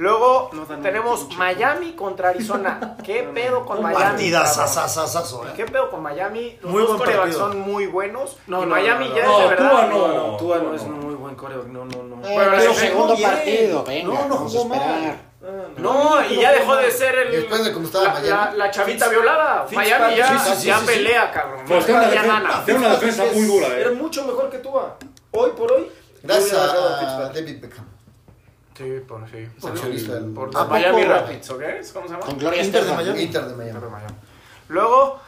C: Luego
D: No dan
C: tenemos
D: mucho.
C: Miami contra Arizona. ¿Qué pedo con Miami?
B: Partidas,
C: cabrón?
B: asasasaso, eh.
C: ¿Qué pedo con Miami? Los
B: Muy
C: dos
B: buen
C: corebacks
B: partido.
C: son muy buenos.
D: No,
C: y
D: no,
C: Miami
D: no,
C: ya
D: no.
C: es de
E: No,
C: verdad.
E: Tua no.
D: Tua no es un muy buen coreback. No, no, no.
G: Eh,
C: Bueno,
G: pero
C: la-
G: segundo
B: bien.
G: partido, venga,
B: No, no
G: vamos a
B: jugó mal.
G: esperar.
D: Ah,
C: No, y ya dejó de ser el.
B: Después de cómo estaba
C: la,
B: Miami.
C: la- la chavita violada. Miami ya,
B: sí, sí, sí,
C: ya
B: sí, sí.
C: pelea, cabrón.
E: Pues tiene una
C: ya
E: defensa,
C: nana.
E: tiene una defensa muy dura,
D: Era
E: eh.
D: mucho mejor que Tua. Hoy por hoy.
B: Gracias
D: yo hubiera dejado
B: a
D: Pittsburgh.
B: David Beckham.
C: Sí, por sí.
B: Por su lista del-
C: Por
B: ¿A
C: Miami
B: poco?
C: Rapids, ¿ok? ¿Cómo se llama?
G: Con Gloria
B: Inter de
G: Estefan.
B: Miami. Inter de Miami.
C: Inter de Miami. Luego,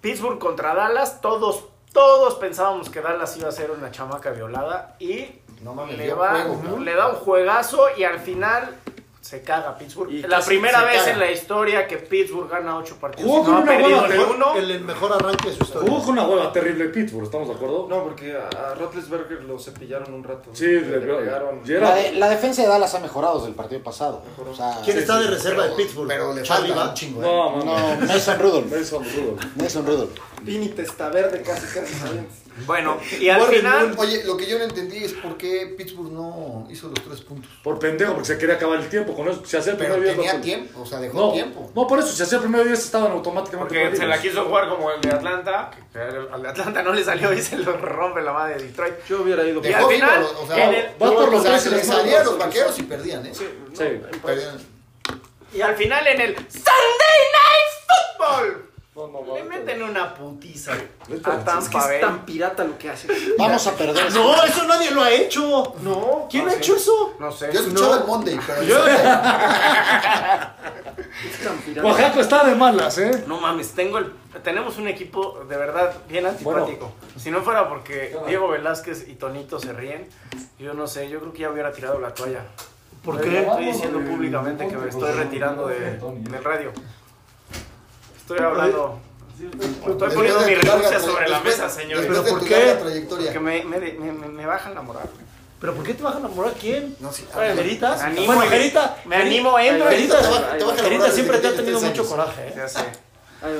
C: Pittsburgh contra Dallas. Todos, todos pensábamos que Dallas iba a ser una chamaca violada. Y
B: No mames,
C: le,
B: dio
C: va-
B: juego, ¿no?
C: le da un juegazo y al final se caga Pittsburgh.
D: Y
C: la
D: casi
C: primera
B: se
C: vez
B: caga.
C: en la historia que Pittsburgh gana 8 partidos.
E: Jugó
C: y no
E: con
C: ha
E: una
C: perdido
E: buena
C: ni
E: defensa.
C: uno.
B: El, el mejor arranque de su historia.
E: Jugó con una hueva terrible Pittsburgh, ¿estamos de acuerdo?
D: No, porque a, a Roethlisberger lo cepillaron un rato.
E: Sí,
D: le,
E: le
D: pegaron.
E: Y
G: La,
E: era-
G: de- la defensa de Dallas ha mejorado desde el partido pasado. O sea,
B: ¿Quién está de reserva de Pittsburgh?
A: Pero le
B: Charlie
A: falta
B: va.
A: un chingo, eh.
E: No,
G: No,
E: mames.
G: Mason Rudolph.
E: Mason Rudolph.
G: Mason Rudolph.
D: Pini testa verde casi, casi. salientes.
C: Bueno, y al
B: Warren
C: final.
B: Moon.
A: Oye, lo que yo no entendí es por qué Pittsburgh no hizo los tres puntos.
E: Por pendejo, porque se quería acabar el tiempo con eso. Se hacía el
A: Pero
E: primer día.
A: tenía
E: con-
A: tiempo, o sea, dejó
E: No,
A: tiempo.
E: no, por eso, si hacía el primer día estaban automáticamente
C: Porque se la
E: perdidos.
C: quiso jugar como el de Atlanta. que- que Al de Atlanta no le salió y se lo rompe la madre de Detroit.
D: Yo hubiera ido.
C: Y
A: Dejó
C: al
A: vivo,
C: final,
A: o sea,
C: en el-
E: va por los
A: o sea,
E: tres y
A: le
E: les
A: salían
E: manda.
A: los vaqueros y perdían, ¿eh?
E: Sí.
A: Perdían.
C: Y al final en el Sunday Night Football.
E: No, no,
C: Le
E: no,
C: meten una putiza
E: Neta,
C: a
D: Es que
C: Tampa
D: es
C: Bay.
D: tan pirata lo que hace.
G: Vamos a perder.
B: No, eso nadie lo ha hecho.
D: No.
B: ¿Quién
C: Ah,
B: ha
C: sí.
B: hecho eso?
C: No sé.
A: Yo escuchaba el Monday, pero
D: Es tan pirata.
E: Oaxaca está de malas, ¿eh?
C: No mames, tengo el, tenemos un equipo de verdad bien antipático. si no fuera porque Diego Velázquez y Tonito se ríen, yo no sé, yo creo que ya hubiera tirado la toalla.
B: ¿Por
C: Pero
B: qué?
C: Estoy diciendo públicamente que me estoy retirando de, del radio. Estoy hablando.
A: Pues,
C: Estoy poniendo mi renuncia sobre la mesa, señores.
B: después-
A: ¿Pero por qué? Trayectoria.
C: Porque me, me, me, me bajan la moral. güey.
B: ¿Pero por qué te vas a enamorar quién?
A: No sé.
B: Bueno,
E: pues,
B: Jeritas.
C: Animo,
B: Bueno,
C: güey.
B: Jerita.
C: Me animo, entro. y-
B: Jerita,
A: Te va- te va a
B: Jerita
A: enamorar
B: siempre te
A: desde
B: ha
A: que
B: tenido
A: tienes
B: mucho
A: años.
B: coraje, ¿eh?
C: Ya sé.
D: Ahí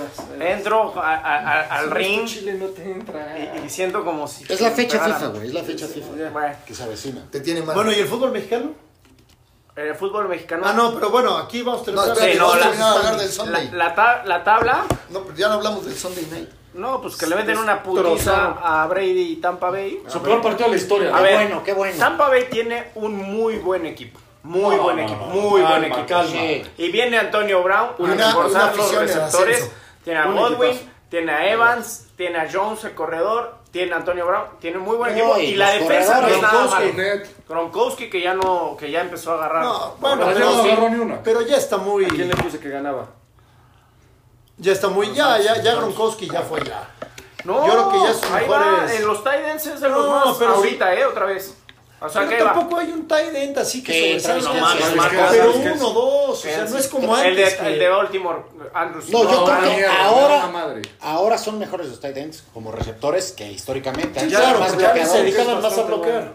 D: vas, ahí vas.
C: Entro a- a- a- al
D: Si no es tu
C: ring
D: Este Chile no te entra.
C: y, y siento como si.
G: Es la fecha
C: Bueno,
G: FIFA, güey. Es la fecha FIFA
C: Bueno,
G: que se avecina.
A: Te tiene mal.
B: Bueno, ¿y el fútbol mexicano?
C: el fútbol mexicano.
B: Ah, no, pero bueno, aquí vamos a
A: no,
B: terminar.
A: espérate,
C: Sí, no,
A: vamos a
C: la-
A: terminar de hablar del
C: La,
A: Sunday.
C: la ta- la tabla,
A: No, pero ya no hablamos del Sunday night.
C: no, pues que le meten una putiza
D: Destrozaron.
C: a Brady y Tampa Bay.
E: Su peor partido de la historia.
C: A
E: ¿no?
C: ver,
G: bueno, qué bueno.
C: Tampa Bay tiene un muy buen equipo. Muy
E: No,
C: buen
E: no,
C: equipo,
E: no.
C: muy buen
E: Calma,
C: equipo.
E: calma.
G: Sí.
C: Y viene Antonio Brown a
B: Una- una
C: reforzar los
B: afición en
C: receptores.
B: ascenso.
C: Tiene a
B: Un
C: Godwin,
B: equipazo.
C: tiene a Evans, tiene a Jones, el corredor, tiene a Antonio Brown. Tiene un muy buen equipo.
G: No, y
C: Y la
G: los
C: defensa no es
G: corredores,
C: nada
B: Gronkowski,
C: malo. Gronkowski que ya, no, que ya empezó a agarrar.
B: No, bueno,
E: Pero
B: pero,
E: no agarró ni una.
B: pero ya está muy.
D: ¿A quién le puse que ganaba?
B: Ya está muy. Ya, ya, ya Gronkowski ya fue ya.
C: No,
B: Yo creo que ya sus
C: ahí va,
B: mejores-
C: en los Titans es de los
B: No,
C: más
B: pero
C: ahorita, ¿eh? Otra vez. O sea, que
B: pero
C: ahí va.
B: tampoco hay un tight end así que
G: Sí,
B: sobresalga.
G: pero no mames,
C: Marcus
B: pero
C: Vázquez.
B: uno, dos. O sea, no es como
C: el de,
B: antes. eh. que-
C: el de Baltimore, Andrews.
G: No, yo creo que
E: mierda,
G: ahora,
E: la madre.
G: ahora son mejores los tight ends como receptores que históricamente.
B: Sí,
G: han
B: claro,
G: sido más
B: porque antes se
G: bloqueadores.
B: dedicaban más a bloquear.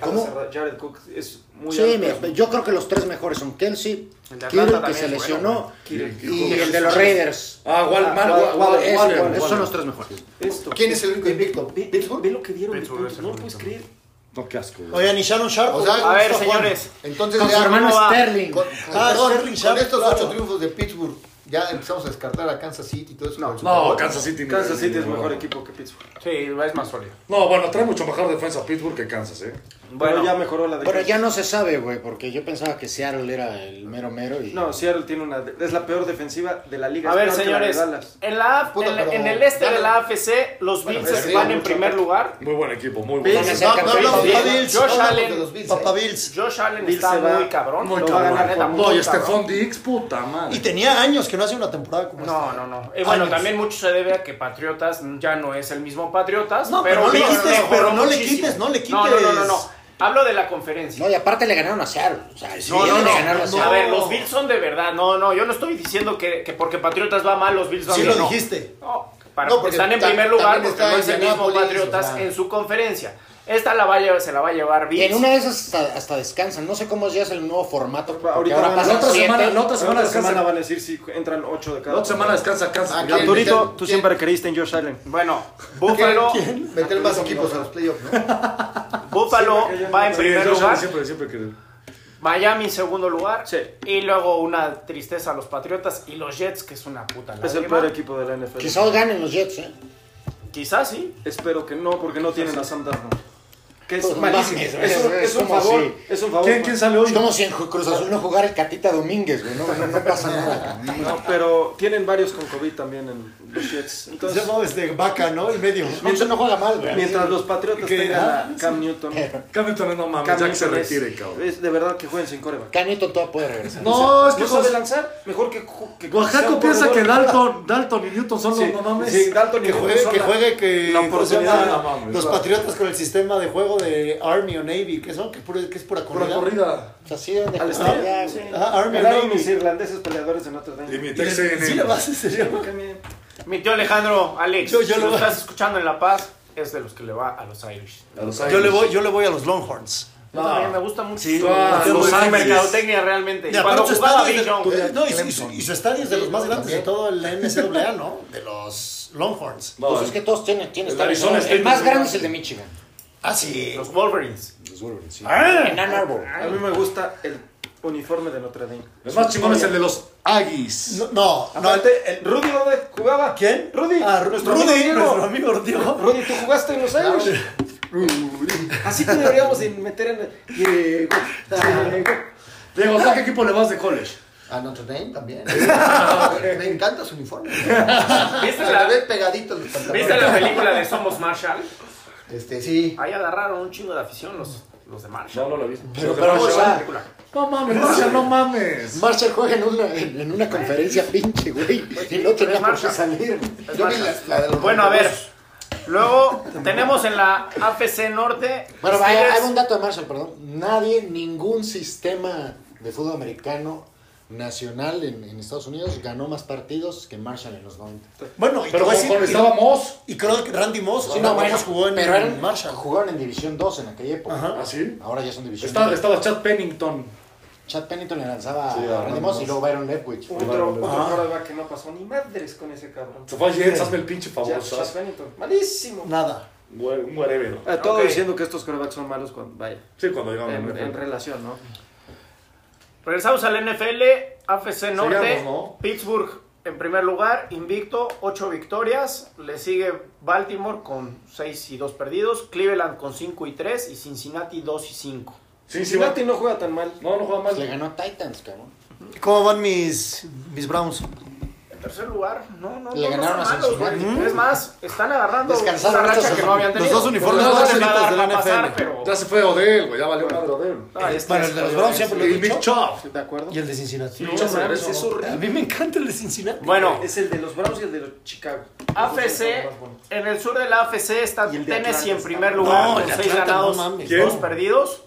G: ¿Cómo?
D: Eh, Jared Cook es muy
G: Sí,
D: alto.
G: mira, yo creo que los tres mejores son Kelsey,
C: El de Atlanta
G: Kittle que
C: también
G: se
C: es bueno,
G: lesionó
D: Kittle, Kittle.
G: y el de los Raiders.
E: Ah, Wal- Mar- Wal- Wal-
G: Ese,
E: Waller,
G: esos son
E: Waller.
G: los tres mejores.
D: Esto.
A: ¿Quién es el único invicto?
D: Ve, ve- ve lo que dieron de
H: Pittsburgh
D: puntos.
H: es el
D: No lo
H: único.
D: puedes creer.
E: No, qué asco. güey.
B: Oigan, y Shannon Sharp.
A: O sea,
B: ¿cómo
C: A ver,
B: está jugando?
C: señores.
A: Entonces,
G: Con su
A: ya-
G: hermano
C: ¿cómo va?
G: Sterling.
A: Con,
B: Ah,
A: perdón,
B: Sterling
A: con
B: Sharp,
A: estos
B: claro.
A: ocho triunfos de Pittsburgh, ya empezamos a descartar a Kansas City y todo eso.
E: No, Kansas City. ni-
D: Kansas City
E: ni-
D: es
E: ni-
D: mejor equipo que Pittsburgh.
C: Sí, es más sólido.
E: No, bueno, trae mucho mejor defensa Pittsburgh que Kansas, ¿eh?
D: Bueno, ya mejoró la defensa.
G: Pero ya no se sabe, güey, porque yo pensaba que Seattle era el mero mero y
D: No, Seattle tiene una. de- Es la peor defensiva de la liga.
C: A
D: Es
C: ver,
D: peor que la de
C: señores,
D: Dallas.
C: en, la, AF-
A: Puta,
C: en, la-
A: pero-
C: en el este
A: dale.
C: de la AFC, los Bills
A: pero
C: se
A: sí,
C: van en
A: mucho
C: primer lugar.
E: Muy buen equipo, muy
G: Bills.
E: buen
G: Van a
E: equipo.
G: ser
B: No, no hablamos de
G: campeones.
B: Bills,
C: Josh
B: no hablamos
C: Allen,
B: de los Bills,
A: Papá
B: eh.
A: Bills.
C: Josh Allen
D: Bills
C: está
D: se va
C: muy cabrón.
E: Muy
C: lo va a
E: cabrón.
C: ganar, neta, muy
E: No, y
B: este
C: cabrón.
E: Stephon Dix, puta madre.
B: Y tenía años que no hace una temporada como
C: No,
B: esta.
C: no, no. Eh, bueno,
B: Años.
C: también mucho se debe a que Patriotas ya no es el mismo Patriotas.
B: No,
C: pero
B: pero no le
C: Bills
B: quites,
C: mejoró
B: pero no le
C: muchísimo.
B: quites, no le
C: No, no, no, no. no.
B: quites.
C: Hablo de la conferencia.
G: No, y aparte le ganaron a Seattle. O sea, si
C: No, no,
G: vienen
C: no.
G: de ganarlo a
C: A
G: Seattle.
C: ver, los Bills son de verdad. No, no, yo no estoy diciendo que, que porque Patriotas va mal, los Bills van
B: Sí
C: bien.
B: lo
C: no.
B: dijiste.
C: No, para,
A: No, porque
C: están en
A: ta-
C: primer
A: también
C: lugar porque
A: está
C: no es el mismo
A: Indianapolis,
C: Patriotas
A: o sea.
C: en su conferencia. Esta la va a llevar, se la va a llevar
G: Y
C: Bills.
G: en una de esas hasta, hasta descansan. No sé cómo es ya es el nuevo formato. porque
D: Ahorita
G: ahora
D: van a-
E: La
G: pasan
E: otra
G: siete.
E: semana, la otra
D: La
E: semana
D: otra semana
E: descansa.
D: van a decir si entran 8 de
E: La
D: cada.
E: otra semana descansa
A: Ah,
E: Kansas.
A: ¿quién?
D: Arturito, tú
A: ¿Quién?
D: siempre creíste en Josh Allen.
C: Bueno, Buffalo,
A: Meter más equipos a los playoffs, ¿no?
C: Buffalo
D: Siempre que yo-
C: va en
E: Sí,
C: primer
E: yo
C: lugar,
E: Siempre, siempre que.
C: Miami en segundo lugar,
D: Sí.
C: y luego una tristeza a los Patriotas y los Jets, que es una puta
D: Es el
C: lágrima.
D: peor equipo de la NFL.
G: Quizá hoy ganen los Jets, ¿eh?
C: Quizás sí.
D: Espero que no, porque no tienen a Sam Darnold. Que es
G: Pues no
D: malísimo.
G: mames,
D: es, un-
G: güey,
D: es un
G: ¿cómo
D: favor.
G: así?
D: Es un favor.
E: ¿Quién, quién sale
G: Es
E: hoy?
G: como si en Cruz Azul no jugara el Catita Domínguez, güey. No, no, no pasa nada. cabrón.
D: No, pero tienen varios con COVID también en los Jets. Entonces,
B: Entonces, mames, de vaca, ¿no? El medio.
G: Mientras no juega mal, güey.
D: mientras los Patriotas
E: ¿Qué? Ah,
D: tengan a Cam Newton.
E: Camilton, no mames,
D: Cam
E: ya que se
D: Newton es-
E: retire, cabrón.
D: es de verdad que jueguen sin coreback.
G: Canito todo puede regresar.
E: No, es que
D: No sabe
E: Jos-
D: lanzar. Mejor que. ju- que sea
E: Oaxaco
D: un
E: piensa que
D: corredor.
E: Dalton, Dalton y Newton son los
D: Sí,
E: no mames.
D: sí, Dalton y
B: Que juegue,
D: Newton
B: que
D: son
B: juegue, que.
D: la
B: ¿cómo se llama?
D: oportunidad.
E: No mames,
B: Los
E: va.
B: patriotas con el sistema de juego de Army o Navy, que son, que, es pura- que es pura
E: Por la
B: corrida.
E: corrida.
G: O sea, sí deben de
D: Al
G: jugar
D: estilo,
G: ya,
D: sí.
G: güey.
B: Ah, Army o
D: Ganaron mis
B: Navy.
D: irlandeses peleadores en otro
E: Y mi
D: año.
E: TXN.
B: ¿Sí la vas en serio?
C: Mi tío Alejandro, Alex,
B: Yo- yo
C: si
B: lo
C: lo
B: voy-
C: estás escuchando en La Paz, es de los que le va a los Irish.
E: A los
B: Yo
E: Ángeles.
B: le voy, yo le voy a los Longhorns.
C: Yo también me
G: Pues
C: gusta mucho.
E: Sí,
C: su-
E: ah,
C: su-
E: Los
C: su
E: Ángeles.
C: mercadotecnia realmente.
B: Y
C: Cuando
B: aparte su estadio
C: jugaba Bill
B: es de-
C: Young.
B: no, y su- y su- y su estadio es de los más grandes de todo el NCAA, ¿no? De los Longhorns.
E: No, eh.
G: Pues es que todos tienen, tienen
E: El
G: estadio,
E: Arizona
G: ¿no?
E: State
G: El más
E: es
G: grande
E: igual.
G: es el de Michigan.
B: Ah, sí.
C: Los Wolverines.
G: Los Wolverines, sí.
B: Ah.
G: En Ann Arbor.
D: A mí me gusta el uniforme de Notre Dame.
E: El más chingón es el de los Aggies.
B: No, no. no,
D: Aparte, el Rudy ¿dónde jugaba?
B: ¿Quién?
D: Rudy.
B: Ah, Ru-
D: nuestro
B: Rudy,
D: amigo
B: nuestro
D: Diego.
B: amigo Diego.
D: Rudy, tú jugaste en los años. Así te deberíamos de meter en ah, el... Diego, Diego.
E: Diego, ¿a qué equipo le vas de college?
A: A Notre Dame también. Me encanta su uniforme.
C: ¿Viste
A: Se le
C: la,
A: ve pegadito los pantalones.
C: ¿Viste la película de Somos Marshall?
A: Este, sí.
C: Ahí agarraron un chingo de afición los, los de Marshall.
E: No, no lo he visto.
G: Pero, pero, o sea,
C: Película.
E: No mames, Marcia, no mames.
G: Marshall juega en una, en, en una conferencia pinche, güey. Y pues, no tenía por qué
C: Marshall.
G: salir.
C: Es
A: Yo vi
C: Marshall.
A: la- la de los
C: Bueno, a ver.
A: Broncos.
C: Luego tenemos en la AFC Norte.
G: Bueno, hay,
C: Steelers.
G: hay un dato de Marshall, perdón. Nadie, ningún sistema de fútbol americano nacional en, en Estados Unidos ganó más partidos que Marshall en los 90.
B: Bueno, y te
E: Pero
G: Pues
B: voy a
E: con,
B: decir-
E: con estaba Moss.
B: y creo que Randy Moss, Randy Moss jugó en
G: pero eran,
B: Marshall.
G: jugaron en División 2 en aquella época.
B: Ajá.
E: ¿Ah, sí?
G: Ahora ya son División
E: Estaba,
G: 2.
E: estaba Chad Pennington.
G: Chad Pennington le lanzaba
E: Sí,
G: a Randy
E: Randy
G: Moss y
E: Moss.
G: luego Byron Leftwich.
D: Otro, otro quarterback que no pasó ni madres con ese cabrón.
E: Se fue ayer, hazme el pinche favor,
D: Ya, Chas
E: ¿sabes?
D: Bennington. Malísimo.
B: Nada.
E: Güey, Un whatever.
D: Eh, todo
C: Ok.
D: diciendo que estos quarterbacks son malos cuando... Vaya.
E: Sí, cuando llegamos
D: En, en
E: NFL.
D: relación, ¿no?
C: Regresamos al NFL, AFC Norte,
E: Sigamos, ¿no?
C: Pittsburgh en primer lugar, invicto, 8 victorias, le sigue Baltimore con 6 y 2 perdidos, Cleveland con 5 y 3 y Cincinnati 2 y 5.
E: Sí, sí, va.
D: Cincinnati no juega tan mal.
E: No, no juega
G: Pues le
E: mal.
G: ganó a Titans, cabrón.
B: ¿Cómo van mis, mis Browns?
C: En tercer lugar, no, no.
G: Le
C: no, no
G: ganaron
C: son
G: a
C: malos,
G: Cincinnati.
C: güey. Es más, están agarrando
G: Descansaron
C: una racha
G: estos-
C: que no habían
B: los
C: tenido.
B: dos uniformes
C: no
B: más
C: se va a
B: bonitos
C: dar
B: de la
C: para pasar,
B: NFL.
C: pero...
E: Ya se fue Odell, güey. Ya valió madre Odell.
C: Ah, este
B: Bueno,
C: es
B: el de los
C: joder,
B: Browns siempre lo he
E: Y
B: dicho.
E: Big Chop.
G: ¿De acuerdo?
B: Y el de Cincinnati.
E: Sí, no, hombre,
D: mames, es
E: eso.
D: horrible.
B: A mí me encanta el de Cincinnati.
C: Bueno.
D: Es el de los Browns y el de los Chicago.
C: AFC, en el sur de la AFC está
D: Y el de Atlanta
C: Tennessee en
D: está-
C: primer lugar
B: No,
C: con
B: el de
C: 6
B: Atlanta, no
C: ganados,
B: mames.
C: 2
E: ¿Quién?
C: perdidos.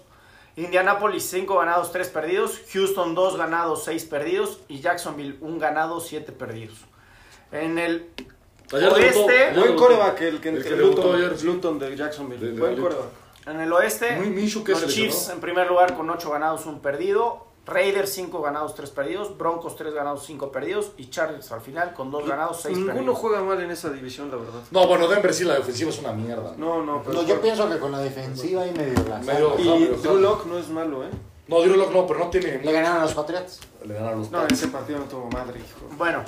C: Indianapolis 5 ganados, 3 perdidos. Houston 2 ganados, 6 perdidos. Y Jacksonville 1 ganado, 7 perdidos. En el
E: Ayer debutó.
C: oeste,
D: Buen coreback el que,
E: El que debutó
D: Luton,
E: ayer.
D: Luton de Jacksonville.
E: De- de
D: Buen
E: Luton.
D: coreback.
C: en el oeste
E: Muy Minshew que se
C: los
E: lesionó.
C: Chiefs en primer lugar con 8 ganados, 1 perdido. Raiders 5 ganados, 3 perdidos. Broncos 3 ganados, 5 perdidos. Y Chargers al final con 2 ganados, 6
D: Ninguno
C: perdidos.
D: juega mal en esa división, la verdad.
E: No, bueno, Denver sí, la defensiva es una mierda.
D: No, no, pero.
G: No, yo pienso que con la defensiva y medio la
E: Medio-
G: sacan.
D: Y Drew Lock no es malo, ¿eh?
E: No, Drew Lock no, pero no tiene.
G: Le ganaron a los Patriots.
E: Le ganaron los
D: No,
E: Pats.
D: ese partido no tuvo madre, hijo.
C: Bueno,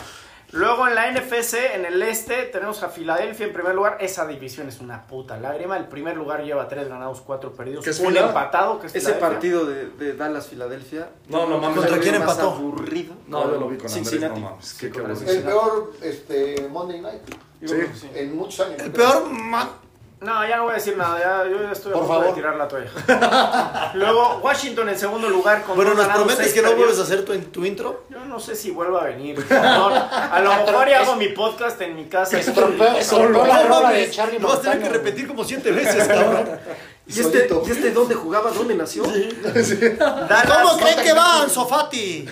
C: luego en la NFC, en el este, tenemos a Filadelfia en primer lugar. Esa división es una puta lágrima. El primer lugar lleva tres ganados, cuatro perdidos,
E: ¿Qué es
C: un
E: Fila?
C: empatado. Que es
D: Ese
C: Filadelfia.
D: partido de, de Dallas-Filadelfia.
E: No, no mames.
B: ¿Contra
D: Fue
B: quién
D: más
B: empató?
D: aburrido.
E: No, yo lo vi con Andrés,
D: Cincinnati.
E: no mames. Qué
D: Sí, con
E: cabrón.
A: El peor este, Monday Night
D: Yo creo que
E: Sí.
D: sí.
A: en muchos años.
B: El peor man.
C: No, ya no voy a decir nada. Ya, yo ya estoy
G: Por
C: a punto de
G: favor.
C: tirar la toalla. luego, Washington en segundo lugar con
B: Bueno,
C: dos
B: ¿nos
C: ganados,
B: prometes
C: seis
B: que no
C: perdidos.
B: vuelves a hacer tu, tu intro?
C: Yo no sé si vuelva a venir. No, a lo mejor ya hago mi podcast en mi casa.
G: Estropeó estropeó la rola de Charlie
B: Lo vas a tener que
G: Montana.
B: repetir como siete veces, cabrón.
D: ¿Y este, ¿Y este dónde jugaba? ¿Dónde nació?
C: Dallas-
B: ¿Cómo creen que va, Anzofati?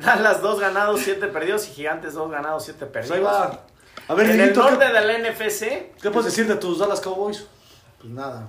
C: Dallas dos ganados, siete perdidos y Gigantes dos ganados, siete
E: Pues
C: perdidos.
E: ahí va. A ver,
C: en el
E: Dieguito,
C: norte
E: ¿qué,
C: de la NFC,
E: qué puedes decir de tus Dallas Cowboys?
A: Pues nada.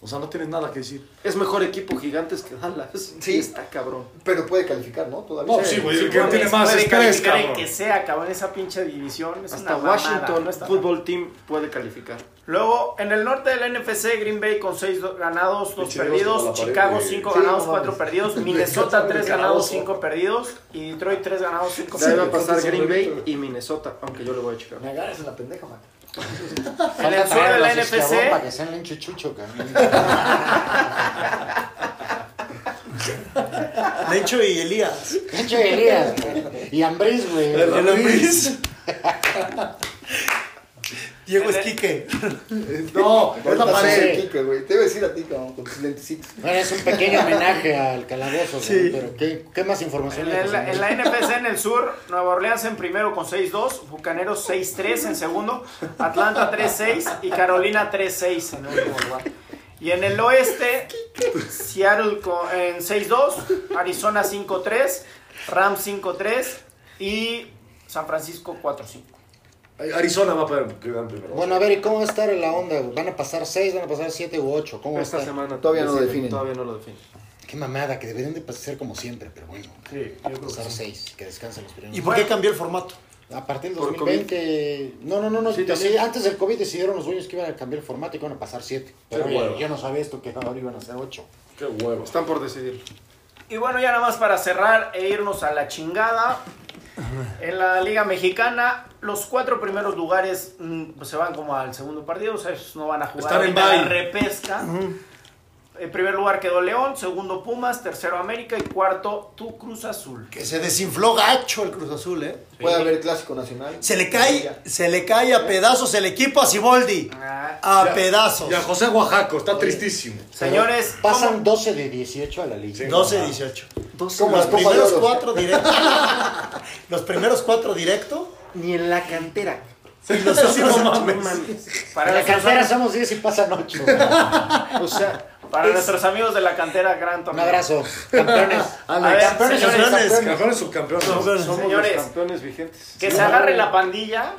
E: O sea, no tienes nada que decir.
D: Es mejor equipo gigantes que Dallas.
A: Sí.
D: Está cabrón.
A: Pero puede calificar, ¿no? Todavía.
E: No, pues sí, güey. El que
C: puede-
E: tiene más
C: puede
E: estrés,
C: calificar el
E: cabrón.
C: que sea, cabrón, esa pinche división. Es
D: Hasta
C: una mamada,
D: Washington
C: no está-
D: Football Team puede calificar.
C: Luego, en el norte de la NFC, Green Bay con 6 ganados, 2
E: Pinche Dios,
C: perdidos.
E: la pared,
C: Chicago
E: güey.
C: 5
A: Sí,
C: ganados,
A: no
C: 4
A: mames.
C: perdidos.
E: Me
C: Minnesota
E: encanta
C: 3
E: mi
C: ganados,
E: calabozo.
C: 5 perdidos. Y Detroit 3 ganados, 5
D: De ahí va a
C: perdidos.
D: pasar Green Bay y Minnesota, aunque yo le voy a Chicago.
A: Me agarras en la pendeja, man.
C: En el sur de la NFC,
G: Para que sean bien chuchucho, cabrón.
B: Lecho y Elías.
G: Pinche Elías, güey. Y Ambris, güey.
B: El Ambris. Diego
C: El-
B: Esquique.
E: No, es la pared.
A: Tica, güey. Te iba a decir a ti, cabrón, con tus lentecitos.
G: Bueno, es un pequeño homenaje al calabozo, güey, pero ¿qué, qué más información
C: En,
G: le
C: el- en la NFC en el sur, Nueva Orleans en primero con 6-2, Bucaneros 6-3 en segundo, Atlanta 3-6 y Carolina 3-6 en último lugar. Y en el oeste, Seattle con- en 6-2, Arizona 5-3, Rams 5-3 y San Francisco 4-5.
E: eh, Arizona va a poder quedar primero.
G: Bueno, a ver, ¿y cómo va a estar la onda? güey? ¿Van a pasar 6, van a pasar 7 u 8? ¿Cómo va a
D: Esta
G: estar?
D: semana
A: Todavía no lo
D: deciden,
A: definen.
D: Todavía no lo definen.
G: Qué mamada, que deberían de pasar como siempre, pero bueno. Pasar 6, que descansen los primeros.
B: ¿Y por qué cambió el formato?
G: A partir del
D: ¿Por
G: 2020... No, no, no, no.
D: Sí,
G: sí,
D: también.
G: antes del COVID decidieron los dueños que iban a cambiar el formato y que iban a pasar 7. Pero
E: Qué
G: oye,
E: hueva.
G: yo no sabía esto, que ahora iban a ser 8.
E: Qué huevos.
D: Están por decidir.
C: Y bueno, ya nada más para cerrar e irnos a la chingada. En la Liga Mexicana, los cuatro primeros lugares mm, pues, se van como al segundo partido, o sea, ellos no van a jugar
E: Están en
C: ahorita la
E: bye.
C: repesca. En primer lugar quedó León, segundo Pumas, tercero América y cuarto tu Cruz Azul.
B: Que se desinfló gacho el Cruz Azul, ¿eh?
A: Puede haber clásico nacional.
B: Se le cae, se le cae a pedazos el equipo a Siboldi.
C: Ah,
B: A
E: Ya.
B: pedazos.
E: Y a José Oaxaco, está tristísimo.
C: Señores,
G: Pasan
C: ¿cómo?
G: 12 de 18 a la liga.
E: Sí.
B: 12-18.
A: Como
B: Los
A: las copas de
B: primeros
A: oro.
B: cuatro directos. Los primeros cuatro directo.
D: Ni en la cantera.
B: Y los otros mames.
C: para,
G: En la
C: nuestros,
G: cantera somos 10 y pasan 8.
D: O sea,
C: para nuestros amigos de la cantera, gran
G: Un
C: torneo.
G: abrazo. Campeones.
C: ver,
G: campeones,
B: señores,
G: campeones.
E: Campeones subcampeones.
D: somos
C: Señores.
D: los campeones vigentes.
C: Que se agarre la pandilla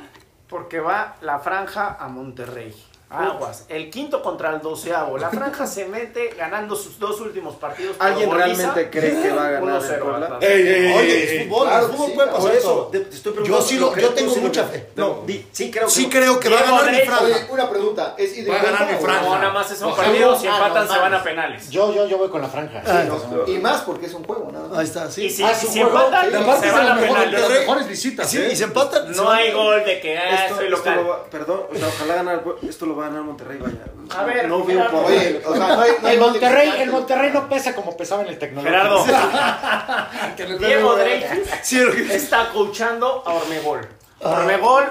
C: porque va la franja a Monterrey. Aguas. El quinto contra el doceavo. La franja se mete ganando sus dos últimos partidos. por
D: ¿Alguien
C: goliza,
D: realmente cree que va a ganar el
C: 1-0
D: Puebla? Ah,
C: Atlas. Eh,
E: Ey, ey, ey, ey,
B: Oye,
E: ey.
B: el fútbol, el
A: Claro,
B: fútbol
A: sí,
B: puede
A: claro.
B: pasar
D: Por
B: eso.
D: eso, te- te estoy
B: Yo
D: preguntando,
B: sí
D: ¿lo
B: lo,
D: crees
B: yo
D: tú,
B: tengo
D: sí lo
B: mucha
D: crees?
B: fe.
D: No, di- sí creo que
B: Sí
D: lo-
B: creo que va a
C: Diego
B: ganar mi
C: Dreyfus.
B: franja.
A: Oye, una pregunta. ¿Es ida
E: Va
A: y
E: a ganar
A: vuelta
E: mi
A: o-
E: franja.
C: No, nada más es un
E: Ojalá.
C: partido. Si
G: Ah, no
C: empatan, se
G: mames.
C: van a penales.
G: Yo, yo, yo voy con la franja.
B: Ah,
A: Y más porque es un juego, nada
B: Ahí
A: más.
B: está,
C: Y
B: sí.
C: si,
G: Ah,
C: si
G: su juego,
C: empatan,
A: sí.
E: Aparte
C: se
E: es
C: van
E: de
C: a
E: las mejores-
C: penales.
E: de las
B: Monterrey.
E: mejores
B: Y
E: visitas.
B: sí,
E: ¿eh?
B: y se empatan.
C: No hay gol de que ah,
D: Esto,
C: soy
D: esto lo
C: local.
D: va- perdón, o sea, ojalá ganar el Pue- esto lo lo va a ganar Monterrey, vaya.
C: A ver,
D: no veo
C: Gerardo.
D: por
G: Oye, o sea, no hay- no hay
A: El Monterrey-
G: el Monterrey no pesa como pesaba en el tecnológico.
C: Gerardo, Diego
G: Drake.
C: Dreyfus está coachando a Ormegol. Ormegol,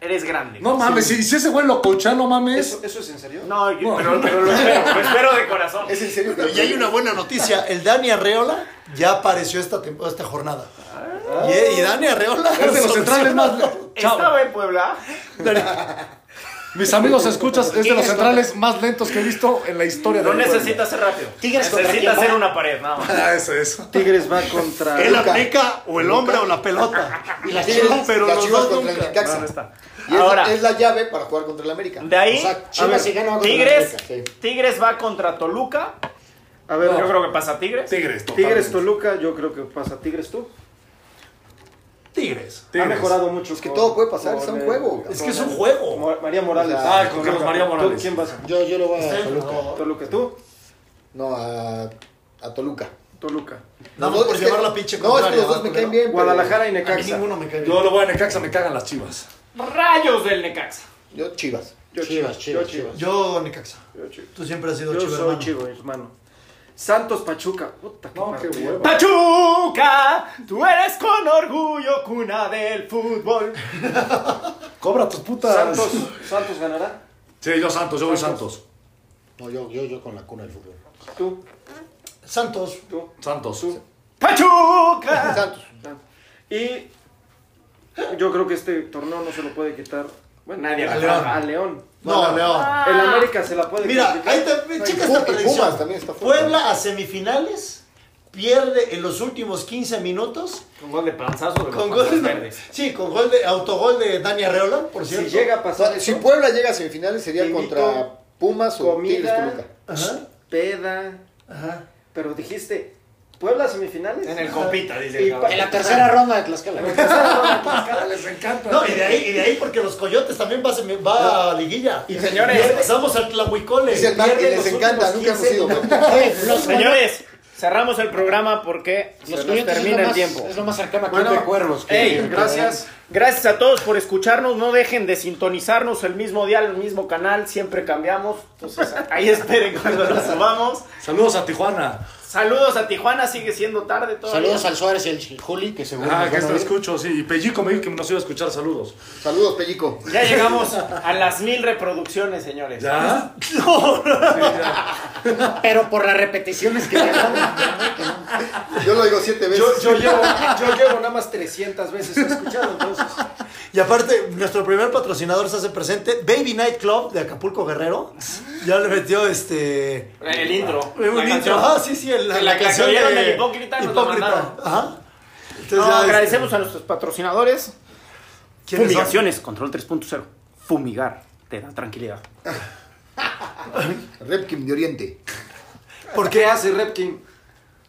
C: eres grande.
E: No mames, si, si ese güey lo cocha, no mames.
D: ¿Eso, ¿Eso es en serio?
C: No, yo- pero, pero lo espero, lo espero de corazón.
A: Es en serio. que-
B: Y hay una buena noticia, el Dani Arreola ya apareció esta, tem- esta jornada. Y, y Dani Arreola
E: Es de los centrales más. Chao.
C: Estaba en Puebla.
E: Mis amigos, escuchas, es de los centrales más lentos que he visto en la historia
C: No
E: del pueblo.
C: necesita ser rápido.
G: Tigres contra
C: necesita
G: quién va.
C: ser una pared, nada más.
E: Ah, eso, eso.
D: Tigres va contra.
B: Él aplica o el hombre o la pelota.
G: Y las chivas,
B: Pero
A: las
B: los
A: Chivas
B: dos
A: contra el
B: nunca.
A: Necaxa.
C: No, no está.
A: Y es,
C: Ahora,
A: es la llave para jugar contra el América.
C: de ahí,
G: O sea, Chivas
C: a ver,
G: sí gana, va contra
C: Tigres,
G: América, sí.
C: Tigres va contra Toluca.
D: A ver,
C: Yo creo que pasa Tigres.
E: Tigres,
D: Tigres
E: totalmente.
D: Toluca, yo creo que pasa Tigres tú.
B: Tigres.
D: Ha mejorado mucho.
A: Es que
D: con-
A: todo puede pasar,
D: con
A: es un
D: el-
A: juego.
B: Es que es un juego.
D: Mo- María Morales.
A: Ah,
D: ¿Tú-
E: con María Morales.
D: ¿Tú quién vas?
G: Yo, yo lo voy a Toluca.
D: Toluca, tú.
A: No, a, a Toluca.
D: Toluca.
B: Nada
A: Los
B: más
A: dos-
B: por
A: es que-
B: llevar la pinche
A: No, es que
B: contraria,
A: los dos me
B: ¿va,
A: caen
B: culero?
A: bien. pero-
D: Guadalajara y
B: A mí
D: Necaxa.
B: ninguno me cae bien.
E: Yo lo voy a Necaxa, me cagan las chivas.
C: Rayos del Necaxa.
A: Yo, Chivas.
D: Yo
G: Chivas, Chivas,
D: Yo Chivas.
B: Yo, Necaxa.
D: Yo Chivas.
B: Tú siempre has sido
D: Yo
B: chivo,
D: soy
B: hermano.
D: chivo, hermano. Santos Pachuca. Puta, qué, partido.
C: Pachuca, tú eres con orgullo cuna del fútbol.
E: Cobra tus putas.
D: Santos, Santos ganará.
E: Sí, yo Santos, yo voy Santos.
G: No, yo, yo, yo con la cuna del fútbol.
D: Tú,
B: Santos.
D: tú,
E: Santos.
D: tú.
C: Pachuca.
A: Ah, Santos.
D: Y yo creo que este torneo no se lo puede quitar. Bueno,
C: Nadie.
D: a León. A León.
B: No, León.
D: El América se la puede
B: Mira,
D: complicar.
B: ahí te,
A: No, y
B: checa
A: Pu- y
B: esta
A: Pumas
B: predicción.
A: también está fuerte.
B: Puebla a semifinales pierde en los últimos 15 minutos
C: Con gol de panzazo de los
B: con
C: Panzas
B: gol de,
C: verdes.
B: sí, con gol de autogol de Dani Arreola, por
D: Si
B: cierto.
D: llega a
A: O sea,
D: pasar
A: si
D: eso,
A: Puebla llega a semifinales sería
D: Te invito
A: contra Pumas o
D: comida. Eh,
A: Tigres Toluca.
B: Ajá.
D: peda.
B: Ajá.
D: Pero dijiste, Puebla semifinales.
C: En el compita, dice
D: Y
C: el cabrón.
G: En la tercera ronda de Tlaxcala.
B: No, y de ahí, y de ahí porque los coyotes también va a, semi- va a liguilla.
C: Y señores,
B: pasamos al Tlahuicole.
A: Dice el Mac que
B: Pierde
A: les
B: los
A: encanta,
B: últimos
A: nunca hemos
B: 15.
A: ido.
G: Oye, los
C: Señores, cerramos el programa porque
G: Los
C: se nos
G: Coyotes es
C: termina
G: lo,
C: el
G: más,
C: tiempo.
G: es lo más cercano a Club
D: Bueno,
G: de Cuervos. que-
C: Ey,
G: que-
D: gracias.
C: Gracias a todos por escucharnos. No dejen de sintonizarnos el mismo día, el mismo canal. Siempre cambiamos. Entonces, ahí esperen cuando nos subamos.
E: Saludos a Tijuana.
C: Saludos a Tijuana. Sigue siendo tarde todavía.
G: Saludos al Suárez y al Juli, que seguro.
E: Ah, que
G: nos van a
B: ¿eh?
E: esto
G: oír.
E: escucho, sí. Y Pellico me dijo que nos iba a escuchar, saludos.
A: Saludos, Pellico.
C: Ya llegamos a las mil reproducciones, señores.
E: ¿Ya?
G: Pero por las repeticiones que llevamos.
A: Yo lo digo siete veces.
D: Yo, yo llevo, yo llevo nada más 300 veces escuchado, entonces.
B: Y aparte, nuestro primer patrocinador se hace presente, Baby Night Club de Acapulco Guerrero. Ya le metió este.
C: El intro.
B: Un
C: la
B: intro.
C: canción.
B: Ah, sí, sí, el,
C: La que oyeron del Hipócrita nos la mandaron.
B: Ajá. Entonces,
C: No,
B: ya, este,
C: agradecemos a nuestros patrocinadores.
B: ¿quiénes son?
C: Fumigaciones, control 3.0. Fumigar te da tranquilidad.
A: Repkin de Oriente.
D: ¿Por qué hace Repkin?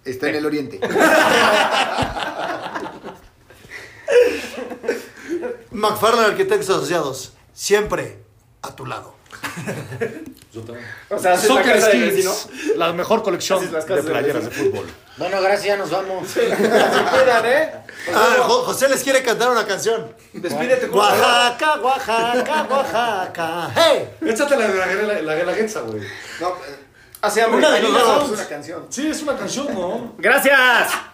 A: Está en el Oriente.
B: McFarland Arquitectos Asociados. Siempre a tu lado.
C: O sea, haces la
E: Soccer
C: casa del vecino.
E: Skins, la mejor colección
C: Haces
E: de
C: las casas del
E: playeras de fútbol.
G: Bueno, gracias, nos vamos.
D: Se cuidan, ¿eh?
C: Pues,
B: Ah, Jo- José les quiere cantar una canción.
D: Despídete con
B: Oaxaca, Oaxaca, Oaxaca. ¡Hey!
E: Échate la la la, la, la guenza, güey.
A: No, eh,
D: Hace hambre.
B: Una de los
D: Ahí nos
B: dos.
D: vamos a una canción.
E: Sí, es una canción, ¿no?
C: Gracias.